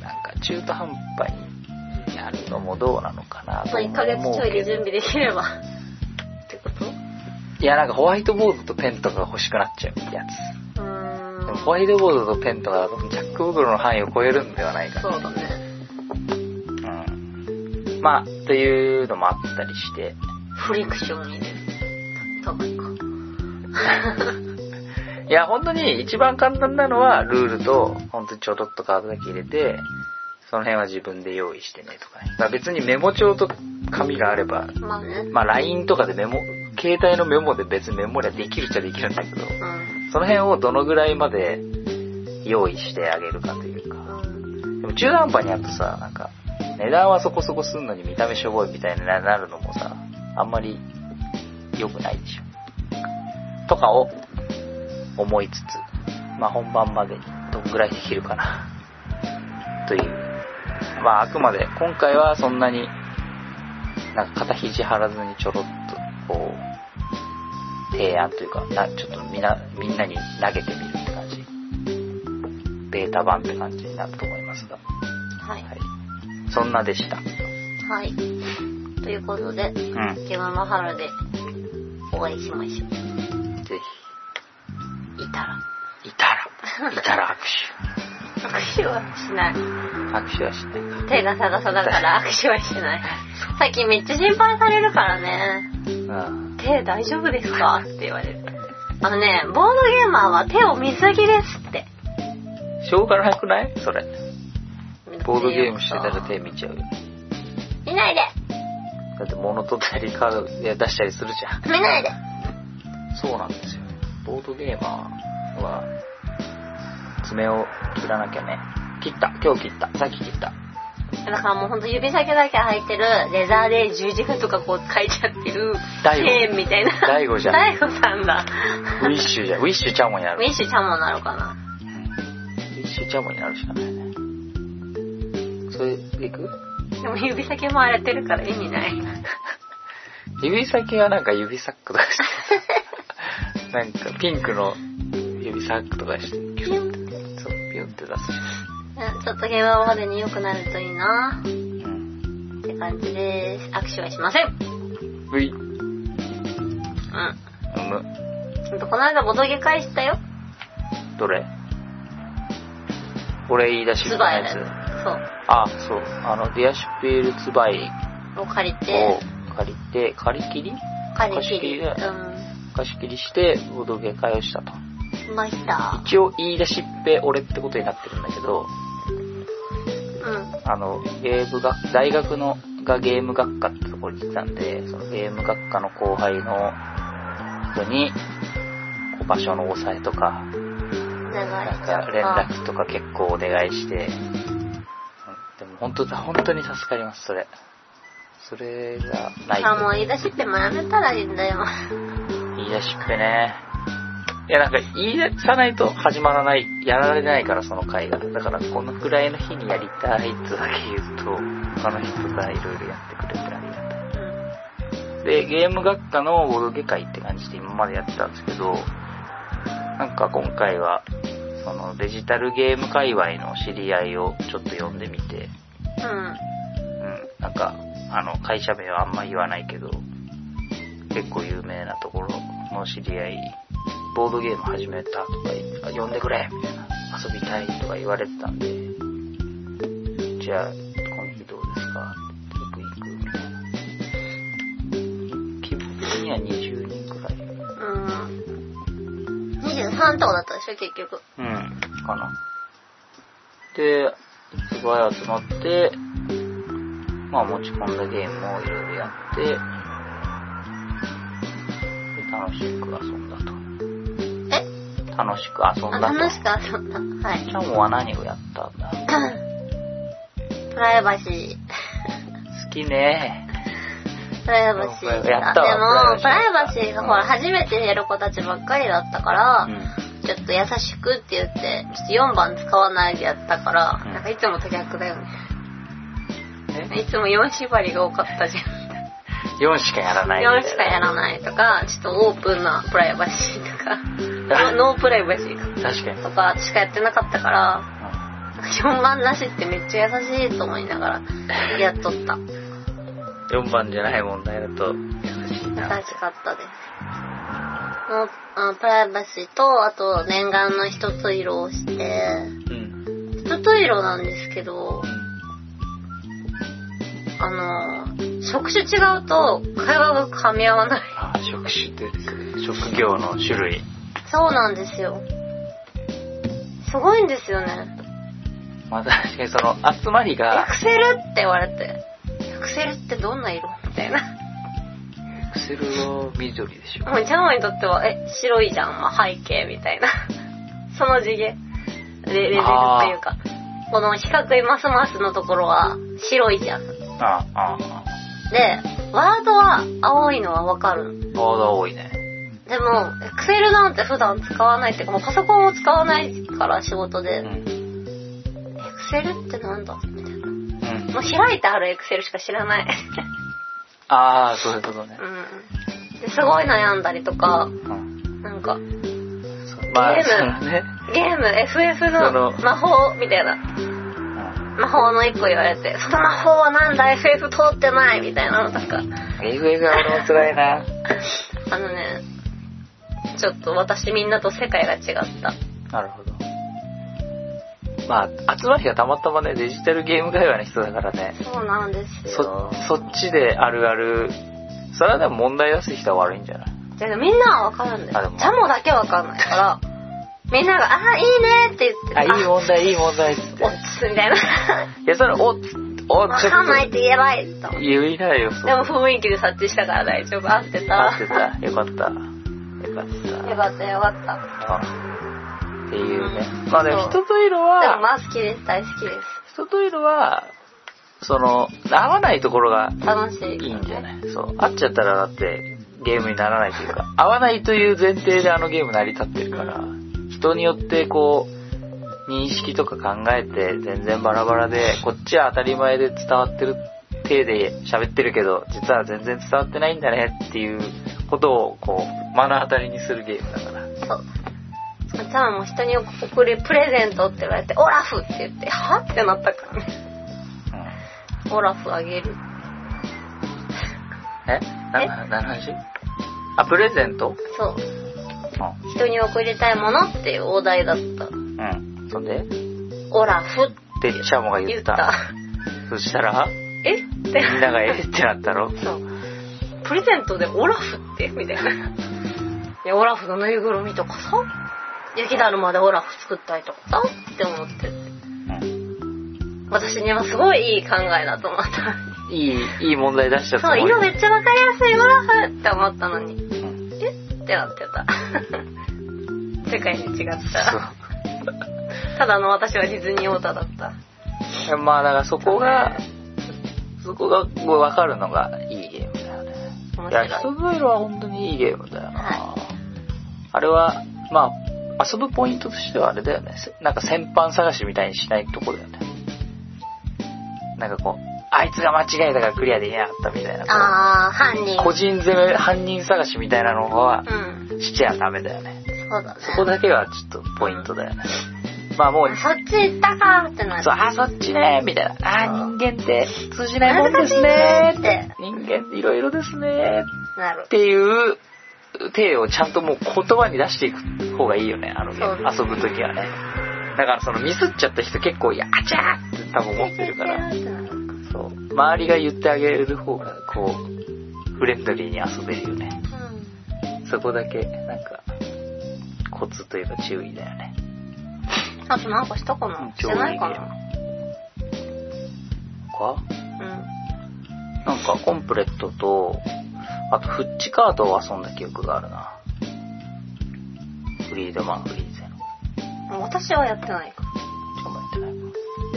[SPEAKER 1] なんか中途半端にやるのもどうなのかなと思
[SPEAKER 2] まあ
[SPEAKER 1] う
[SPEAKER 2] 1ヶ月ちょ
[SPEAKER 1] け
[SPEAKER 2] いで
[SPEAKER 1] ど
[SPEAKER 2] 準備できれば。ってことう
[SPEAKER 1] いや、なんかホワイトボードとペンとかが欲しくなっちゃうやつ。
[SPEAKER 2] ー
[SPEAKER 1] でも
[SPEAKER 2] ん。
[SPEAKER 1] ホワイトボードとペンとかだとジャック袋の範囲を超えるんではないか
[SPEAKER 2] そ
[SPEAKER 1] と。
[SPEAKER 2] うだね。
[SPEAKER 1] うん。まあ、というのもあったりして、
[SPEAKER 2] フリクションにね。たぶんか。
[SPEAKER 1] いや、本当に一番簡単なのは、ルールと、本当にちょろっとカードだけ入れて、その辺は自分で用意してねとかね。だから別にメモ帳と紙があれば、
[SPEAKER 2] まあね。
[SPEAKER 1] まあ LINE とかでメモ、携帯のメモで別にメモりゃできるっちゃできるんだけど、
[SPEAKER 2] うん。
[SPEAKER 1] その辺をどのぐらいまで用意してあげるかというか。
[SPEAKER 2] うん
[SPEAKER 1] でも中途半端にやるとさ、なんか、値段はそこそこすんのに見た目しょぼいみたいになるのもさ、あんまり良くないでしょ。とかを思いつつ、まあ本番までにどんぐらいできるかな、 という。まああくまで今回はそんなに、なんか肩肘張らずにちょろっと、こう、提案というか、なちょっとみんな、みんなに投げてみるって感じ。ベータ版って感じになると思いますが。
[SPEAKER 2] はい。
[SPEAKER 1] はい。そんなでした。
[SPEAKER 2] はい。ということで、
[SPEAKER 1] うん。ぜ
[SPEAKER 2] ゲームマハロでお会いしましょう。いた ら。
[SPEAKER 1] ひ。いたら、いたら
[SPEAKER 2] 握手はしない。
[SPEAKER 1] 握手。握手はしないか。
[SPEAKER 2] 手が逆さ だから握手はしない。最近めっちゃ心配されるからね。
[SPEAKER 1] うん。
[SPEAKER 2] 手大丈夫ですかって言われる。あのね、ボードゲーマーは手を見すぎですって。
[SPEAKER 1] しょうがなくないそれ。ボードゲームしてたら手見ちゃうよ。
[SPEAKER 2] 見ないで
[SPEAKER 1] だって物取ったりカードいや出したりするじゃん。
[SPEAKER 2] 見ないで
[SPEAKER 1] そうなんですよ。ボードゲーマーは、爪を切らなきゃね。切った。今日切った。さっき切った。
[SPEAKER 2] だからもうほんと指先だけ入ってる、レザーで十字架とかこう書いちゃってる、
[SPEAKER 1] 大悟
[SPEAKER 2] チェーンみたいな。
[SPEAKER 1] 大悟じゃん
[SPEAKER 2] 大悟さんだ。
[SPEAKER 1] ウィッシュじゃ、ウィッシュチャモンやる。
[SPEAKER 2] ミッシュちゃんもなのかな
[SPEAKER 1] ウィッシュチャモンやるしかないね。それ、いく
[SPEAKER 2] でも指先も荒れてるから意味ない。
[SPEAKER 1] 指先はなんか指サックとかして、なんかピンクの指サックとかして、
[SPEAKER 2] ピュンって
[SPEAKER 1] そう、ピュンって出すし。
[SPEAKER 2] うんちょっと現場までに良くなるといいな
[SPEAKER 1] うん。
[SPEAKER 2] って感じです。握手はしません。
[SPEAKER 1] うい。う
[SPEAKER 2] うん。
[SPEAKER 1] む。
[SPEAKER 2] ほんとこの間ボドゲ返したよ。
[SPEAKER 1] どれこれ言い出しっ
[SPEAKER 2] ツ
[SPEAKER 1] ぺの
[SPEAKER 2] バイ
[SPEAKER 1] や
[SPEAKER 2] だ
[SPEAKER 1] つ
[SPEAKER 2] よ。。
[SPEAKER 1] あ、そう。あの、ディアシュピールツバイ
[SPEAKER 2] そう。を借りて、
[SPEAKER 1] を借りて、借り切り
[SPEAKER 2] 借り切り。う
[SPEAKER 1] 貸し切りだ貸し切りして、ボドゲ会をしたと。
[SPEAKER 2] ん。しました。
[SPEAKER 1] 一応言い出しっぺ俺ってことになってるんだけど、
[SPEAKER 2] うん。
[SPEAKER 1] あの、ゲーム学、大学のがゲーム学科ってところに行ってたんで、そのゲーム学科の後輩の人に、こう場所の押さえとか、
[SPEAKER 2] 長い
[SPEAKER 1] なん
[SPEAKER 2] しちゃ
[SPEAKER 1] か
[SPEAKER 2] った。
[SPEAKER 1] 連絡とか結構お願いして、でも本当だ、本当に助かります、それ。それがない
[SPEAKER 2] あ、もう
[SPEAKER 1] と。
[SPEAKER 2] 言い出しってもやめたらいいんだよ。
[SPEAKER 1] 言い出しっぺね。いや、なんか言い出さないと始まらない、やられないから、その会が。だから、このくらいの日にやりたいってだけ言うと、他の人がいろいろやってくれてありがたい。
[SPEAKER 2] うん。
[SPEAKER 1] で、ゲーム学科のボードゲ会って感じで今までやってたんですけど、なんか今回は、そのデジタルゲーム界隈の知り合いをちょっと呼んでみて、
[SPEAKER 2] うん。
[SPEAKER 1] うん、なんか、あの、会社名はあんま言わないけど、結構有名なところの知り合い、ボードゲーム始めたとか言って、呼んでくれみたいな、遊びたいとか言われてたんで、じゃあ、今日どうですかって行く行く、みたいな。規模的には20人くらい。
[SPEAKER 2] うん。23とかだったでしょ、結局。
[SPEAKER 1] うん、かな。で、すごい集まって、まあ持ち込んだゲームをいろいろやって、で楽しく遊んだと。
[SPEAKER 2] え
[SPEAKER 1] 楽しく遊ん
[SPEAKER 2] あ
[SPEAKER 1] だ
[SPEAKER 2] 楽
[SPEAKER 1] と。
[SPEAKER 2] しく遊んだ。はい
[SPEAKER 1] チ。ャモは何をやったんだ
[SPEAKER 2] プライバシー。
[SPEAKER 1] 好きね
[SPEAKER 2] プライバシーだ。
[SPEAKER 1] やったわ
[SPEAKER 2] でも、
[SPEAKER 1] プ
[SPEAKER 2] プ
[SPEAKER 1] ラ
[SPEAKER 2] ラ
[SPEAKER 1] イ
[SPEAKER 2] イ
[SPEAKER 1] バ
[SPEAKER 2] バ
[SPEAKER 1] シ
[SPEAKER 2] シ
[SPEAKER 1] ー
[SPEAKER 2] ーがほら、初めてやる子たちばっかりだったから、
[SPEAKER 1] う
[SPEAKER 2] ちょっと優しくって言って、ちょっと4番使わないでやったから、
[SPEAKER 1] うん
[SPEAKER 2] なんかいつもと逆だよね。
[SPEAKER 1] ん。え
[SPEAKER 2] いつも4縛りが多かったじゃ
[SPEAKER 1] ?4 しかやらない
[SPEAKER 2] ん。4しか
[SPEAKER 1] な
[SPEAKER 2] や
[SPEAKER 1] い。
[SPEAKER 2] らないとか、ちょっとオープンなプライバシーと か、ノープライバシーか。
[SPEAKER 1] 確かに。
[SPEAKER 2] とかしかやってなかったから、4番なしってめっちゃ優しいと思いながらやっとった。優
[SPEAKER 1] 4番じゃない問題だと、優しいな。
[SPEAKER 2] しかったです。もうあプライバシーと、あと念願の一つ色をして、
[SPEAKER 1] うん。
[SPEAKER 2] 一つ色なんですけど、あの、職種違うと会話が噛み合わない。
[SPEAKER 1] あ、職種って、職業の種類。
[SPEAKER 2] そうなんですよ。すごいんですよね。
[SPEAKER 1] まあ確かにその集まり
[SPEAKER 2] エ
[SPEAKER 1] が、
[SPEAKER 2] クセルって言われて、エクセルってどんな色みたいな。
[SPEAKER 1] エクセルは緑でしょ。
[SPEAKER 2] もうジャマにとっては、え、白いじゃん、まあ、背景みたいな。 その次元。レレベルというか。この四角いマスマスのところは白いじゃん。で、
[SPEAKER 1] ああ、ああ、
[SPEAKER 2] ワードは青いのはわかるの。
[SPEAKER 1] ボード多いね。
[SPEAKER 2] でも、エクセルなんて普段使わないっていうか、もうパソコンを使わないから仕事
[SPEAKER 1] う
[SPEAKER 2] で、
[SPEAKER 1] ん
[SPEAKER 2] エク。セルってなんだみたいな。
[SPEAKER 1] うん。
[SPEAKER 2] もう開いてあるエクセルしか知らない。
[SPEAKER 1] ああ、そういうことね
[SPEAKER 2] う。ん。ですごい悩んだりとか、
[SPEAKER 1] うん。
[SPEAKER 2] なんか、
[SPEAKER 1] そうま
[SPEAKER 2] ゲ
[SPEAKER 1] あ、
[SPEAKER 2] ーム
[SPEAKER 1] そのね。
[SPEAKER 2] ゲーム FF
[SPEAKER 1] その
[SPEAKER 2] の魔法みたいな。
[SPEAKER 1] うん
[SPEAKER 2] 魔法の一個言われて、その魔法はなんだ ?FF 通ってないみたいなのとか。
[SPEAKER 1] えぐえぐは俺も辛いな。
[SPEAKER 2] あのね、ちょっと私みんなと世界が違った。
[SPEAKER 1] なるほど。まあ、集まりがたまたまね、デジタルゲーム会話の人だからね、
[SPEAKER 2] そうなんです
[SPEAKER 1] そ
[SPEAKER 2] よ。、
[SPEAKER 1] そっちであるある、それはでも問題出す人は悪いんじゃない
[SPEAKER 2] じゃあみんなはわかるんです
[SPEAKER 1] あでも
[SPEAKER 2] ジャモだけわかんないから、みんなが、あー、いいねって言って、
[SPEAKER 1] あ、いい問題、いい問題っつって
[SPEAKER 2] おっ。つみたいな。
[SPEAKER 1] いや、それ、 お、お、ちょっ
[SPEAKER 2] わかんないっ
[SPEAKER 1] と、
[SPEAKER 2] て言えばいいと。で
[SPEAKER 1] 言いないよ、そんな
[SPEAKER 2] も雰囲気で察知したから大丈夫。合ってた。
[SPEAKER 1] 合ってた。よかった。よかった。
[SPEAKER 2] よかったよかった。
[SPEAKER 1] うんっていうね。
[SPEAKER 2] うん
[SPEAKER 1] まあでも人と色
[SPEAKER 2] でも
[SPEAKER 1] は、
[SPEAKER 2] まあ好きです。大好きです。
[SPEAKER 1] 人と色は、その、合わないところが
[SPEAKER 2] 楽しい。
[SPEAKER 1] いいんじゃないそう。合っちゃったらだってゲームにならないというか、合わないという前提であのゲーム成り立ってるから、人によってこう、認識とか考えて全然バラバラで、こっちは当たり前で伝わってる体で喋ってるけど、実は全然伝わってないんだねっていうことをこう、目の当たりにするゲームだから。
[SPEAKER 2] そう。ただもう人に送るプレゼントって言われて「オラフ!」って言って「はってなったからねオラフあげる
[SPEAKER 1] え
[SPEAKER 2] え
[SPEAKER 1] な、何の話あ、プレゼント
[SPEAKER 2] そう
[SPEAKER 1] う
[SPEAKER 2] 人に送りたいものっていうお題だった
[SPEAKER 1] ん。うん。そんで
[SPEAKER 2] オラフって
[SPEAKER 1] で、シャモが言
[SPEAKER 2] 言
[SPEAKER 1] っ。
[SPEAKER 2] ったた
[SPEAKER 1] そしたら、
[SPEAKER 2] えって
[SPEAKER 1] みんながえってなったろ
[SPEAKER 2] そうプレゼントでオラフってみたいないやオラフのぬいぐるみとかさ雪だるまでオラフ作ったりとかさって思って
[SPEAKER 1] うん。
[SPEAKER 2] 私にはすごいいい考えだと思った
[SPEAKER 1] いい、いい問題出しちゃった
[SPEAKER 2] そ
[SPEAKER 1] の
[SPEAKER 2] う
[SPEAKER 1] に
[SPEAKER 2] 色めっちゃわかりやすいオラフって思ったのに
[SPEAKER 1] うん
[SPEAKER 2] えってなってた 世界に違った
[SPEAKER 1] そ
[SPEAKER 2] ただの私はディズニーオータだった
[SPEAKER 1] う。まあ、だからそこが、そこがもう分かるのがいいゲームだよね。
[SPEAKER 2] 面
[SPEAKER 1] いや、
[SPEAKER 2] 白
[SPEAKER 1] ヒ
[SPEAKER 2] い
[SPEAKER 1] スブエルは本当にいいゲームだよな。
[SPEAKER 2] は
[SPEAKER 1] あれは、まあ、遊ぶポイントとしてはあれだよね。せなんか先般探しみたいにしないとこだよね。なんかこう、あいつが間違えたからクリアできなかったみたいな。
[SPEAKER 2] ああ犯人
[SPEAKER 1] こう個人攻め、犯人探しみたいなのは
[SPEAKER 2] う、ん
[SPEAKER 1] しちゃダメだよね。
[SPEAKER 2] そうだね
[SPEAKER 1] そこだけはちょっとポイントだよね。まあもう、
[SPEAKER 2] そっち行ったかってなる
[SPEAKER 1] そう、あ、そっちね、みたいな。あー、人間って通じないもんです
[SPEAKER 2] 難
[SPEAKER 1] ね
[SPEAKER 2] しいね。
[SPEAKER 1] 人間っていろいろですね。
[SPEAKER 2] なる
[SPEAKER 1] っていう体をちゃんともう言葉に出していく方がいいよね、あのゲーム
[SPEAKER 2] そ
[SPEAKER 1] 遊ぶときはね。だからそのミスっちゃった人結構、いや、あちゃーって多分思ってるから、そう。周りが言ってあげる方が、こう、フレンドリーに遊べるよね。
[SPEAKER 2] う
[SPEAKER 1] そこだけ、なんか、コツというか注意だよね。
[SPEAKER 2] んあとなんかしたかなしてないかな
[SPEAKER 1] 他
[SPEAKER 2] うん
[SPEAKER 1] なんかコンプレットと、あとフッチカードを遊んだ記憶があるな。フリードマン、フリーゼの。
[SPEAKER 2] 私はやってない
[SPEAKER 1] ち
[SPEAKER 2] か
[SPEAKER 1] ょっと待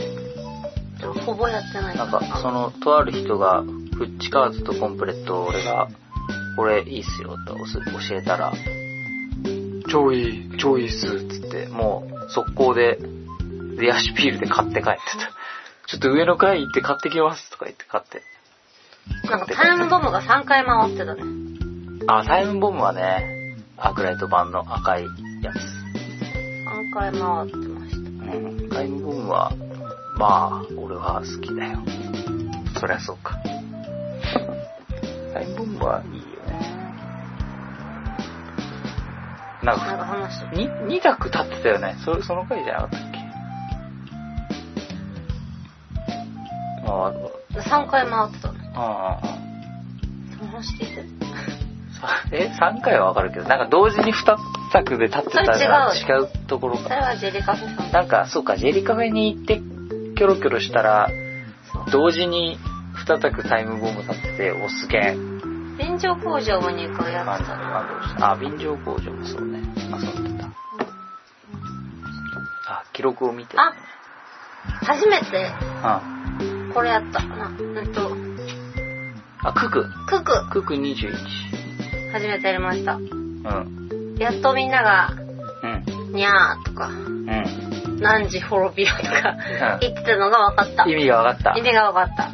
[SPEAKER 1] ってない。
[SPEAKER 2] でもほぼやってない
[SPEAKER 1] なんか、その、とある人が、フッチカードとコンプレットを俺が、これいいっすよと教えたら、超いい、超いいっす、つって、もう、速攻で、レアシュピールで買って帰ってた。ちょっと上の階行って買ってきます、とか言って買って。
[SPEAKER 2] なんかタイムボムが3回回ってたね
[SPEAKER 1] あ、タイムボムはね、アークライト版の赤いやつ。
[SPEAKER 2] 3回回ってました
[SPEAKER 1] うん、タイムボムは、まあ、俺は好きだよ。そりゃそうか。タイムボムはいいよね。なん
[SPEAKER 2] なんか
[SPEAKER 1] か、
[SPEAKER 2] 話して
[SPEAKER 1] に、2択立ってたよね。そ、その回じゃなかったっけまあ、あ
[SPEAKER 2] 3回回ってたね
[SPEAKER 1] あ、あ
[SPEAKER 2] その話聞いて
[SPEAKER 1] あえ、3回はわかるけど、なんか同時に2択で立ってたら
[SPEAKER 2] そ
[SPEAKER 1] 違うところ
[SPEAKER 2] そ
[SPEAKER 1] か
[SPEAKER 2] れ。はジェリカフェさん
[SPEAKER 1] なんか、そうか、ジェリカフェに行って、キョロキョロしたら、
[SPEAKER 2] そう
[SPEAKER 1] 同時に二択タイムボム立ってて、おすげえ。
[SPEAKER 2] 便乗工場も2回や
[SPEAKER 1] 感
[SPEAKER 2] って
[SPEAKER 1] 動
[SPEAKER 2] たな
[SPEAKER 1] した。あ、便乗工場もそうね。遊んでた。あ、記録を見て。
[SPEAKER 2] あ初めて
[SPEAKER 1] あ、
[SPEAKER 2] これやったなうんと
[SPEAKER 1] あ、クク。
[SPEAKER 2] クク
[SPEAKER 1] クク21。
[SPEAKER 2] 初めてやりました
[SPEAKER 1] うん。
[SPEAKER 2] やっとみんなが
[SPEAKER 1] うん。
[SPEAKER 2] にゃーとか
[SPEAKER 1] うん。
[SPEAKER 2] 何時滅びよとか
[SPEAKER 1] ん
[SPEAKER 2] 言ってたのが分かった
[SPEAKER 1] 意味が分かっ。
[SPEAKER 2] 意味が分かった
[SPEAKER 1] あ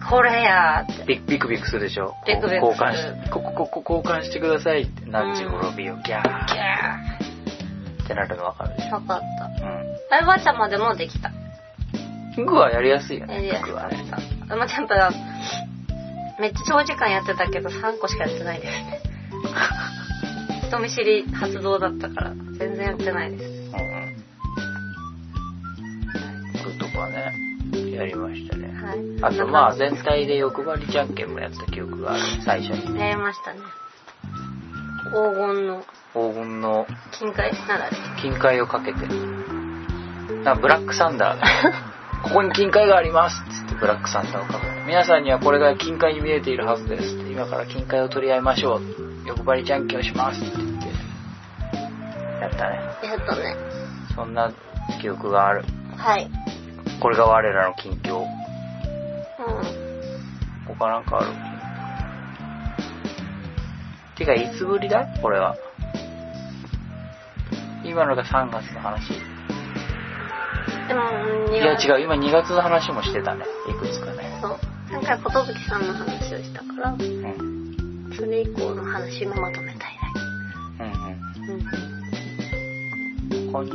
[SPEAKER 2] たこれやーっ
[SPEAKER 1] ビ
[SPEAKER 2] て
[SPEAKER 1] クビクビクするでしょ。
[SPEAKER 2] ビクビク
[SPEAKER 1] 交換し、ここ、ここ交換してくださいって。何時滅びよ、ギャ
[SPEAKER 2] キ
[SPEAKER 1] ー
[SPEAKER 2] ャ
[SPEAKER 1] ってなるの分かるでし
[SPEAKER 2] ー
[SPEAKER 1] ょ。
[SPEAKER 2] 分か
[SPEAKER 1] う
[SPEAKER 2] っ
[SPEAKER 1] ん。
[SPEAKER 2] たライバーちゃんまでもできた
[SPEAKER 1] ククはやりやすいよ
[SPEAKER 2] やり
[SPEAKER 1] ね
[SPEAKER 2] や。す
[SPEAKER 1] クク
[SPEAKER 2] か
[SPEAKER 1] は
[SPEAKER 2] った
[SPEAKER 1] ね。
[SPEAKER 2] でもちゃんとめっちゃ長時間やってたけど3個しかやってないですね人見知り発動だったから全然やってないです
[SPEAKER 1] うん。クとかね、やりましたね。
[SPEAKER 2] はい
[SPEAKER 1] あとまあ全体で欲張りじゃんけんもやった記憶がある、最初に。
[SPEAKER 2] やりましたね黄金の
[SPEAKER 1] 黄金の
[SPEAKER 2] 金塊ならで
[SPEAKER 1] 金塊をかけて。なんかブラックサンダーが、ここに金塊がありますっつってブラックサンダーをかけて。皆さんにはこれが金塊に見えているはずですって。今から金塊を取り合いましょう。欲張りじゃんけんをしますって言って。やったね。
[SPEAKER 2] やっとね
[SPEAKER 1] そんな記憶がある。
[SPEAKER 2] はい
[SPEAKER 1] これが我らの近況。
[SPEAKER 2] う
[SPEAKER 1] 他なんかあるてか、いつぶりだこれは。今のが3月の話。
[SPEAKER 2] んでもうん
[SPEAKER 1] いや
[SPEAKER 2] う
[SPEAKER 1] 違う、今2月の話もしてたね。いくつかね。
[SPEAKER 2] そう前回寿さんの話をしたから
[SPEAKER 1] うん。うん
[SPEAKER 2] それ以降の話もまとめたいだ
[SPEAKER 1] うん。
[SPEAKER 2] けうん
[SPEAKER 1] 感じ。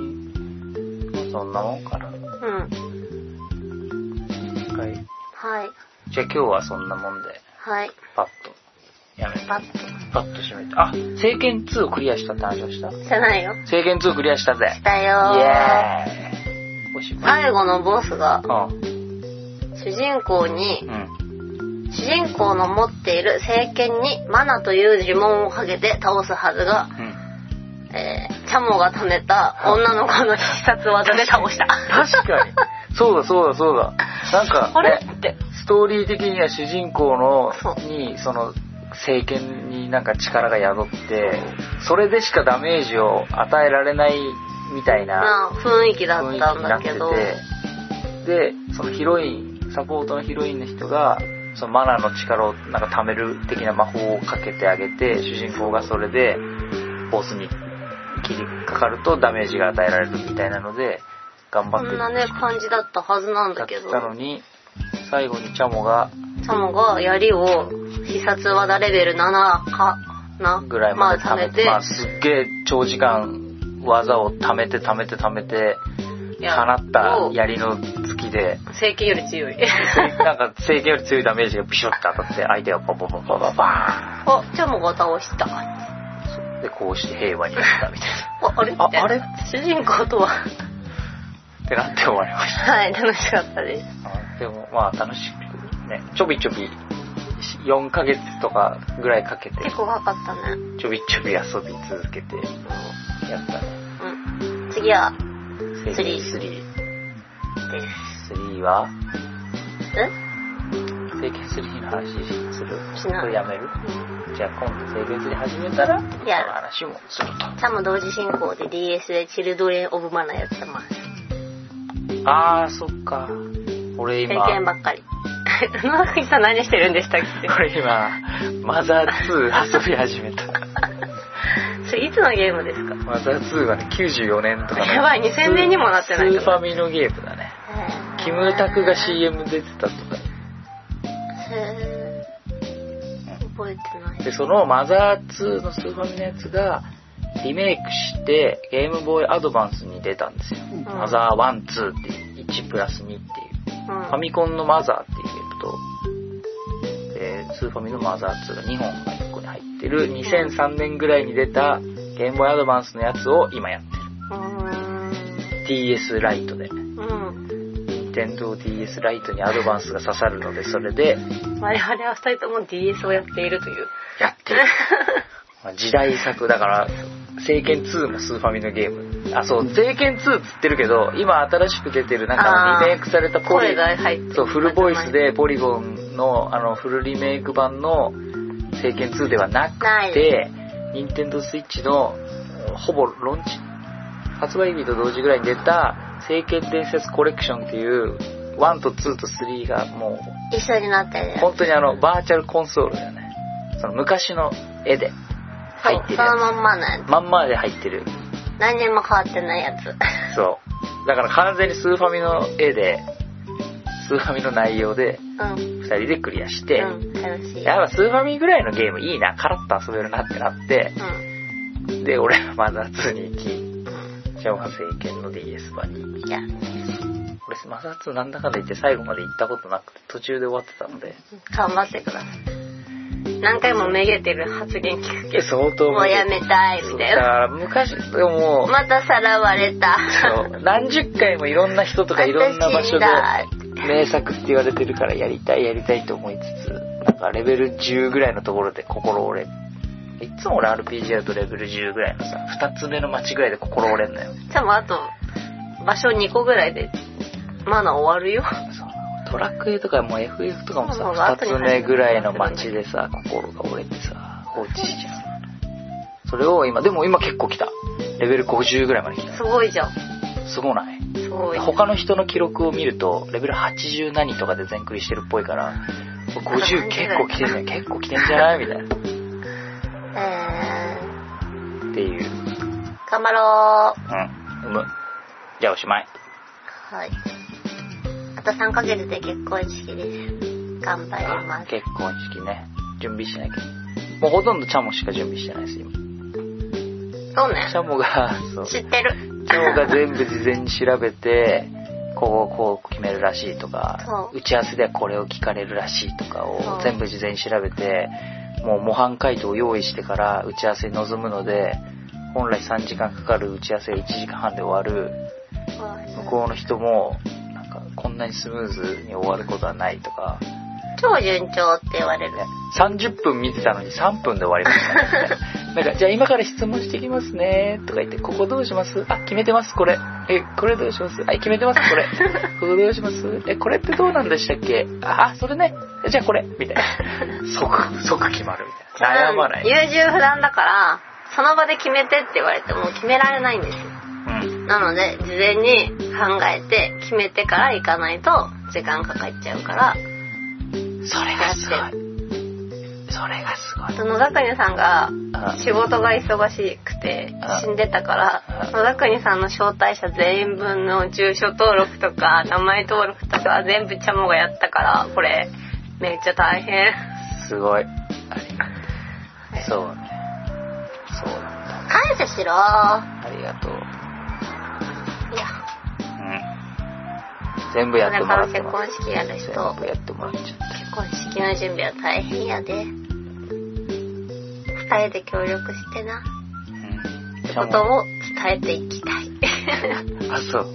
[SPEAKER 1] まあそんなもんかな。
[SPEAKER 2] うん。
[SPEAKER 1] はい。
[SPEAKER 2] はい。
[SPEAKER 1] じゃあ今日はそんなもんで、
[SPEAKER 2] はい。
[SPEAKER 1] パッと。やめて。
[SPEAKER 2] パッと。
[SPEAKER 1] パッと閉めて。あ、聖剣2をクリアしたって話をした。
[SPEAKER 2] じゃないよ。
[SPEAKER 1] 聖剣2クリアしたぜ。
[SPEAKER 2] だ
[SPEAKER 1] イ
[SPEAKER 2] よー。
[SPEAKER 1] エーイ。おしまい。
[SPEAKER 2] 最後のボスが、
[SPEAKER 1] うん。
[SPEAKER 2] 主人公に
[SPEAKER 1] う、ん。
[SPEAKER 2] 主人公の持っている聖剣にマナという呪文をかけて倒すはず
[SPEAKER 1] う
[SPEAKER 2] が、
[SPEAKER 1] ん。
[SPEAKER 2] えー、チャモが貯めた女の子の必殺技で倒した。
[SPEAKER 1] 確かに。そうだそうだそうだ。なんか、
[SPEAKER 2] あれ
[SPEAKER 1] ね
[SPEAKER 2] って。
[SPEAKER 1] ストーリー的には主人公の
[SPEAKER 2] そう
[SPEAKER 1] にその政権になんか力が宿ってそれでしかダメージを与えられないみたいな
[SPEAKER 2] な雰囲気だ
[SPEAKER 1] 雰
[SPEAKER 2] っ
[SPEAKER 1] 囲気
[SPEAKER 2] た
[SPEAKER 1] に
[SPEAKER 2] ん
[SPEAKER 1] な
[SPEAKER 2] だ
[SPEAKER 1] って
[SPEAKER 2] け
[SPEAKER 1] て
[SPEAKER 2] ど、
[SPEAKER 1] でそのヒロインサポートのヒロインの人がそのマナーの力をなんか貯める的な魔法をかけてあげて主人公がそれでボスに切りかかるとダメージが与えられるみたいなので頑
[SPEAKER 2] こ
[SPEAKER 1] 張って
[SPEAKER 2] んなね、感じだったはずなん
[SPEAKER 1] や
[SPEAKER 2] だ
[SPEAKER 1] って
[SPEAKER 2] けど、
[SPEAKER 1] たのに最後にチャモが
[SPEAKER 2] チャモが槍を必殺技レベル7かな、
[SPEAKER 1] ぐらいまで
[SPEAKER 2] 貯
[SPEAKER 1] 貯
[SPEAKER 2] め
[SPEAKER 1] めて、
[SPEAKER 2] て、
[SPEAKER 1] まあ、すっげえ長時間技を貯めて貯めて貯めて
[SPEAKER 2] や
[SPEAKER 1] 放った
[SPEAKER 2] そう
[SPEAKER 1] 槍の突きで
[SPEAKER 2] 聖剣よ り強い。
[SPEAKER 1] なんか制限より強いダメージがピショッと当たって相手がババババババ
[SPEAKER 2] あ、チャモが倒した。あ、
[SPEAKER 1] ーンでこうして平和になったみたい
[SPEAKER 2] あれって
[SPEAKER 1] ああれ
[SPEAKER 2] 主人公とは、
[SPEAKER 1] なってなって終わりまし
[SPEAKER 2] はい、楽しかったです。
[SPEAKER 1] たでもまあ楽しくねちょびちょび4ヶ月とかぐらいかけて
[SPEAKER 2] 結構かかったね。
[SPEAKER 1] ちょびちょび遊び続けてやったね
[SPEAKER 2] うん。次は、
[SPEAKER 1] 制限
[SPEAKER 2] ス
[SPEAKER 1] 3
[SPEAKER 2] です。
[SPEAKER 1] 3は
[SPEAKER 2] え
[SPEAKER 1] 整形する日の話する
[SPEAKER 2] しない
[SPEAKER 1] これやめるじゃあ今度整形する始めたら
[SPEAKER 2] や
[SPEAKER 1] その話もする
[SPEAKER 2] チャモ同時進行で DS でチルドレン・オブ・マナやってます。
[SPEAKER 1] とああそっか俺
[SPEAKER 2] 経
[SPEAKER 1] 今
[SPEAKER 2] 験ばっかり。 野田さん何してるんでしたっけ
[SPEAKER 1] 俺今マザー2遊び始 めた
[SPEAKER 2] それいつのゲームですか
[SPEAKER 1] マザー2はね94年とかね
[SPEAKER 2] やばい2000年にもなってない
[SPEAKER 1] ス
[SPEAKER 2] か
[SPEAKER 1] ー
[SPEAKER 2] ら
[SPEAKER 1] スーファミのゲームだねキムタクが CM 出てたとか
[SPEAKER 2] へー覚えてない。
[SPEAKER 1] でそのマザー2のスーファミのやつがリメイクしてゲームボーイアドバンスに出たんですよ、
[SPEAKER 2] ん
[SPEAKER 1] マザー12っていう1プラス2っていう
[SPEAKER 2] うん
[SPEAKER 1] ファミコンのマザーっていうゲームと、えースーファミのマザー2が2本が1個に入ってる2003年ぐらいに出たゲームボーイアドバンスのやつを今やって
[SPEAKER 2] うー
[SPEAKER 1] る。DS ライトで。
[SPEAKER 2] ん。うん。
[SPEAKER 1] Nintendo DS ライトにアドバンスが刺さるので、それで
[SPEAKER 2] 我々は二人とも DS をやっていると いう。
[SPEAKER 1] やってる。まあ時代作だから、聖剣2もスーファミのゲーム。あ、そう、聖剣2っつってるけど、今新しく出てるなんか
[SPEAKER 2] あ
[SPEAKER 1] リ
[SPEAKER 2] ー
[SPEAKER 1] メイクされたポリ
[SPEAKER 2] 声が入ってる
[SPEAKER 1] そう、フルボイス。でポリゴンの、あの、フルリメイク版の聖剣2ではな
[SPEAKER 2] な
[SPEAKER 1] く
[SPEAKER 2] い
[SPEAKER 1] て、ニンテンドースイッチの、ほぼロンチ、発売日と同時ぐらいに出た、聖剣伝説コレクションっていう、1と2と3がも
[SPEAKER 2] 一緒になってる
[SPEAKER 1] う、。本当にあの、バーチャルコンソールだよね。その昔の絵で入ってる
[SPEAKER 2] そ
[SPEAKER 1] や
[SPEAKER 2] うそ
[SPEAKER 1] つ
[SPEAKER 2] のまんまのやつ。
[SPEAKER 1] まんまで入ってる。
[SPEAKER 2] 何にも変わってない やつ。
[SPEAKER 1] そう。だから完全にスーファミの絵で、スーファミの内容で、
[SPEAKER 2] うん。
[SPEAKER 1] 二人でクリアして、
[SPEAKER 2] うん、楽しい。
[SPEAKER 1] やっぱスーファミぐらいのゲームいいな、カラッと遊べるなってなって、
[SPEAKER 2] う
[SPEAKER 1] で、俺はマザー2に行き、
[SPEAKER 2] ん。うん。
[SPEAKER 1] 昭和政権の DS 版に。
[SPEAKER 2] じゃあ、
[SPEAKER 1] 俺、マザー2なんだかんだ言って最後まで行ったことなくて、途中で終わってたので、
[SPEAKER 2] 頑張ってください。何回もめげてる発言聞くけ
[SPEAKER 1] 相
[SPEAKER 2] ど、
[SPEAKER 1] 当
[SPEAKER 2] もうやめたい、
[SPEAKER 1] そう
[SPEAKER 2] み
[SPEAKER 1] だ
[SPEAKER 2] た
[SPEAKER 1] か
[SPEAKER 2] いな。
[SPEAKER 1] ら昔、でももう、
[SPEAKER 2] またさらわれた。
[SPEAKER 1] そう何十回もいろんな人とかいろんな場所で
[SPEAKER 2] 私
[SPEAKER 1] 名作って言われてるからやりたいやりたいと思いつつなんかレベル10ぐらいのところで心折れいつも俺 RPG だとレベル10ぐらいのさ2つ目の街ぐらいで心折れんのよ
[SPEAKER 2] 多分あと、場所2個ぐらいで、マナー終わるよ。
[SPEAKER 1] そうトラクエとかもう FF とかも
[SPEAKER 2] そうそう
[SPEAKER 1] さ
[SPEAKER 2] 後に
[SPEAKER 1] 2つ目ぐらいの街でさ心が折れてさ放置しちゃうそれを今でも今結構来たレベル50ぐらいまで来
[SPEAKER 2] すごいじゃん。
[SPEAKER 1] たすごない
[SPEAKER 2] すごい。
[SPEAKER 1] 他の人の記録を見るとレベル80何とかで全クリしてるっぽいから50結 構来てんじゃん結構来てんじゃないみたいなっ
[SPEAKER 2] えー、
[SPEAKER 1] ていう
[SPEAKER 2] 頑張ろ
[SPEAKER 1] うん
[SPEAKER 2] う。
[SPEAKER 1] うむじゃあおしまい
[SPEAKER 2] はい。あと3ヶ月で結婚式です。頑張ります。
[SPEAKER 1] 結婚式ね準備しなきゃもうほとんどチャモしか準備してないです今チ
[SPEAKER 2] そうね。
[SPEAKER 1] ャモがそう
[SPEAKER 2] 知ってる。
[SPEAKER 1] 長が全部事前に調べて、こう、こう決めるらしいとか
[SPEAKER 2] そ、う
[SPEAKER 1] 打ち合わせではこれを聞かれるらしいとか
[SPEAKER 2] そ
[SPEAKER 1] を
[SPEAKER 2] う
[SPEAKER 1] 全部事前に調べて、もう模範解答を用意してから打ち合わせに臨むので、本来3時間かかる打ち合わせが1時間半で終わる、 向こうの人も、なんか、こんなにスムーズに終わることはないとか、
[SPEAKER 2] 超順調って言われる。
[SPEAKER 1] 30分見てたのに3分で終わりました、ね。なんか、じゃあ今から質問してきますね、とか言って、ここどうしますあ、決めてます、これ。え、これどうしますはい、決めてます、こ れ。ここどうしますえ、これってどうなんでしたっけあ、それね。じゃあこれ、みたいな。即、即決まるみたいな。悩まない。
[SPEAKER 2] 優柔不断だから、その場で決めてって言われても決められないんですよ。
[SPEAKER 1] うん。
[SPEAKER 2] なので、事前に考えて決めてから行かないと時間かかっちゃうから、
[SPEAKER 1] それがすごい。それがすごい
[SPEAKER 2] あ。と野田国さんが
[SPEAKER 1] あ
[SPEAKER 2] 仕事が忙しくて
[SPEAKER 1] あ
[SPEAKER 2] 死んでたから
[SPEAKER 1] あ、
[SPEAKER 2] 野田国さんの招待者全員分の住所登録とか名前登録とか全部チャモがやったから、これめっちゃ大変。
[SPEAKER 1] すごい。ありがとう。そうね。そうなんだ。
[SPEAKER 2] 感謝しろー。
[SPEAKER 1] ありがとう。
[SPEAKER 2] いや、
[SPEAKER 1] うん全部やってもらってます
[SPEAKER 2] これから結婚式やる人
[SPEAKER 1] 全部やってもらっちゃった
[SPEAKER 2] 結婚式の準備は大変やで。二人で協力して
[SPEAKER 1] う
[SPEAKER 2] な。
[SPEAKER 1] ん
[SPEAKER 2] って
[SPEAKER 1] ちゃ
[SPEAKER 2] こ
[SPEAKER 1] ん
[SPEAKER 2] と
[SPEAKER 1] も
[SPEAKER 2] を伝えていきたい。
[SPEAKER 1] あそう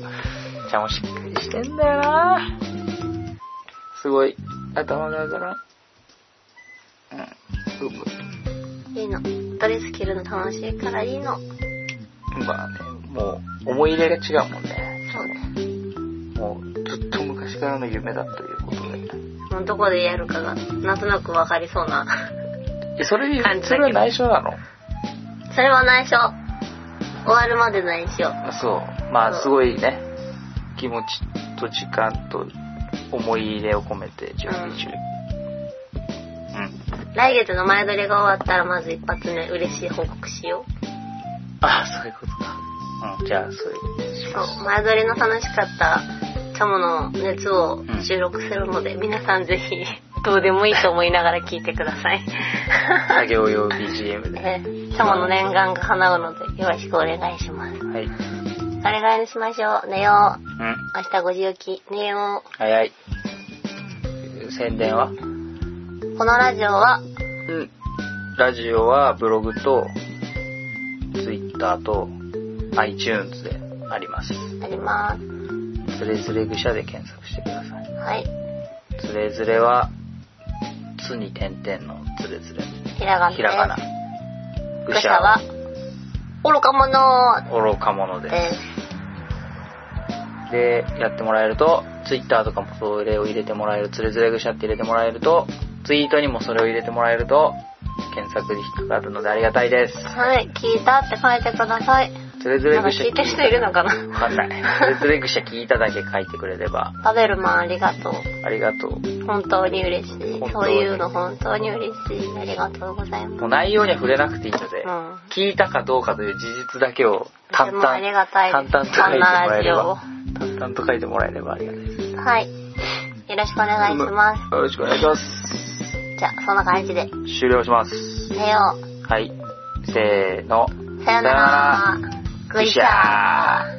[SPEAKER 1] ちゃんもしっかりしてんだよなすごい頭が上がらんうんすごい
[SPEAKER 2] いいの。ドレス着るの楽しいからいいの。
[SPEAKER 1] まあねもう思い入れが違うもんね
[SPEAKER 2] そうね。
[SPEAKER 1] もうずっと昔からの夢だということで
[SPEAKER 2] もうどこでやるかがなんとなくわかりそうな。
[SPEAKER 1] えそれに
[SPEAKER 2] 感じ
[SPEAKER 1] そ
[SPEAKER 2] だけど
[SPEAKER 1] れは内緒なの
[SPEAKER 2] それは内緒。終わるまで内緒。
[SPEAKER 1] あそうまあすごいね気持ちと時間と思い入れを込めて準備中うん
[SPEAKER 2] 来月の前撮りが終わったらまず一発目嬉しい報告しよう。
[SPEAKER 1] あそういうことか。うん、じゃあ、それ。
[SPEAKER 2] そう、前撮りの楽しかったチャモの熱を
[SPEAKER 1] ん
[SPEAKER 2] 収録するので、皆さんぜひ どうでもいいと思いながら聞いてください。
[SPEAKER 1] 作業用 BGM で。
[SPEAKER 2] えーチャモの念願が叶うのでよろしくお願いします。
[SPEAKER 1] はい。うん。
[SPEAKER 2] お願いにしましょう。寝よう。明日5時起き。寝よ
[SPEAKER 1] 早い。宣伝は
[SPEAKER 2] う。このラジオ
[SPEAKER 1] う
[SPEAKER 2] は、
[SPEAKER 1] ん。ラジオはブログと、Twitter と、iTunes であります。
[SPEAKER 2] あります。
[SPEAKER 1] つれづれ愚者で検索してください。
[SPEAKER 2] はい。
[SPEAKER 1] つれづれは、つに点々のつれづれ。
[SPEAKER 2] ひらがなです。
[SPEAKER 1] ひらがな。
[SPEAKER 2] 愚者は、愚か者
[SPEAKER 1] 愚か者です。
[SPEAKER 2] で
[SPEAKER 1] でやってもらえるとツイッターとかもそれを入れてもらえるつれづれぐしゃって入れてもらえるとツイートにもそれを入れてもらえると検索に引っかかるのでありがたいです
[SPEAKER 2] す。はい。聞いたって書いてください。
[SPEAKER 1] つれづ
[SPEAKER 2] な
[SPEAKER 1] れ
[SPEAKER 2] んか
[SPEAKER 1] ぐしゃ
[SPEAKER 2] 聞いてる人いるのか
[SPEAKER 1] わ
[SPEAKER 2] な
[SPEAKER 1] かん ないつれづれぐしゃ聞いただけ書いてくれれば
[SPEAKER 2] 食べるマンありがとう。
[SPEAKER 1] ありがとう
[SPEAKER 2] 本当に嬉しい。
[SPEAKER 1] 本
[SPEAKER 2] そ
[SPEAKER 1] 当
[SPEAKER 2] う
[SPEAKER 1] に
[SPEAKER 2] いうの本当に嬉しい。ありがとうございます。
[SPEAKER 1] もう内容には触れなくていいので、
[SPEAKER 2] うん
[SPEAKER 1] 聞いたかどうかという事実だけを
[SPEAKER 2] とて
[SPEAKER 1] 淡
[SPEAKER 2] も
[SPEAKER 1] 々
[SPEAKER 2] ありがたい
[SPEAKER 1] 淡
[SPEAKER 2] で
[SPEAKER 1] 々
[SPEAKER 2] す。
[SPEAKER 1] と書いてもらえれ
[SPEAKER 2] こんなラ
[SPEAKER 1] ば淡々と書いてもらえればありがたいです
[SPEAKER 2] ジオをはい。よろしくお願いします。
[SPEAKER 1] よろしくお願いします
[SPEAKER 2] じゃあ、そんな感じで。
[SPEAKER 1] 終了します
[SPEAKER 2] 寝よう。
[SPEAKER 1] はいせーの
[SPEAKER 2] さよなら。
[SPEAKER 1] 愚
[SPEAKER 2] 愚
[SPEAKER 1] 者
[SPEAKER 2] 者。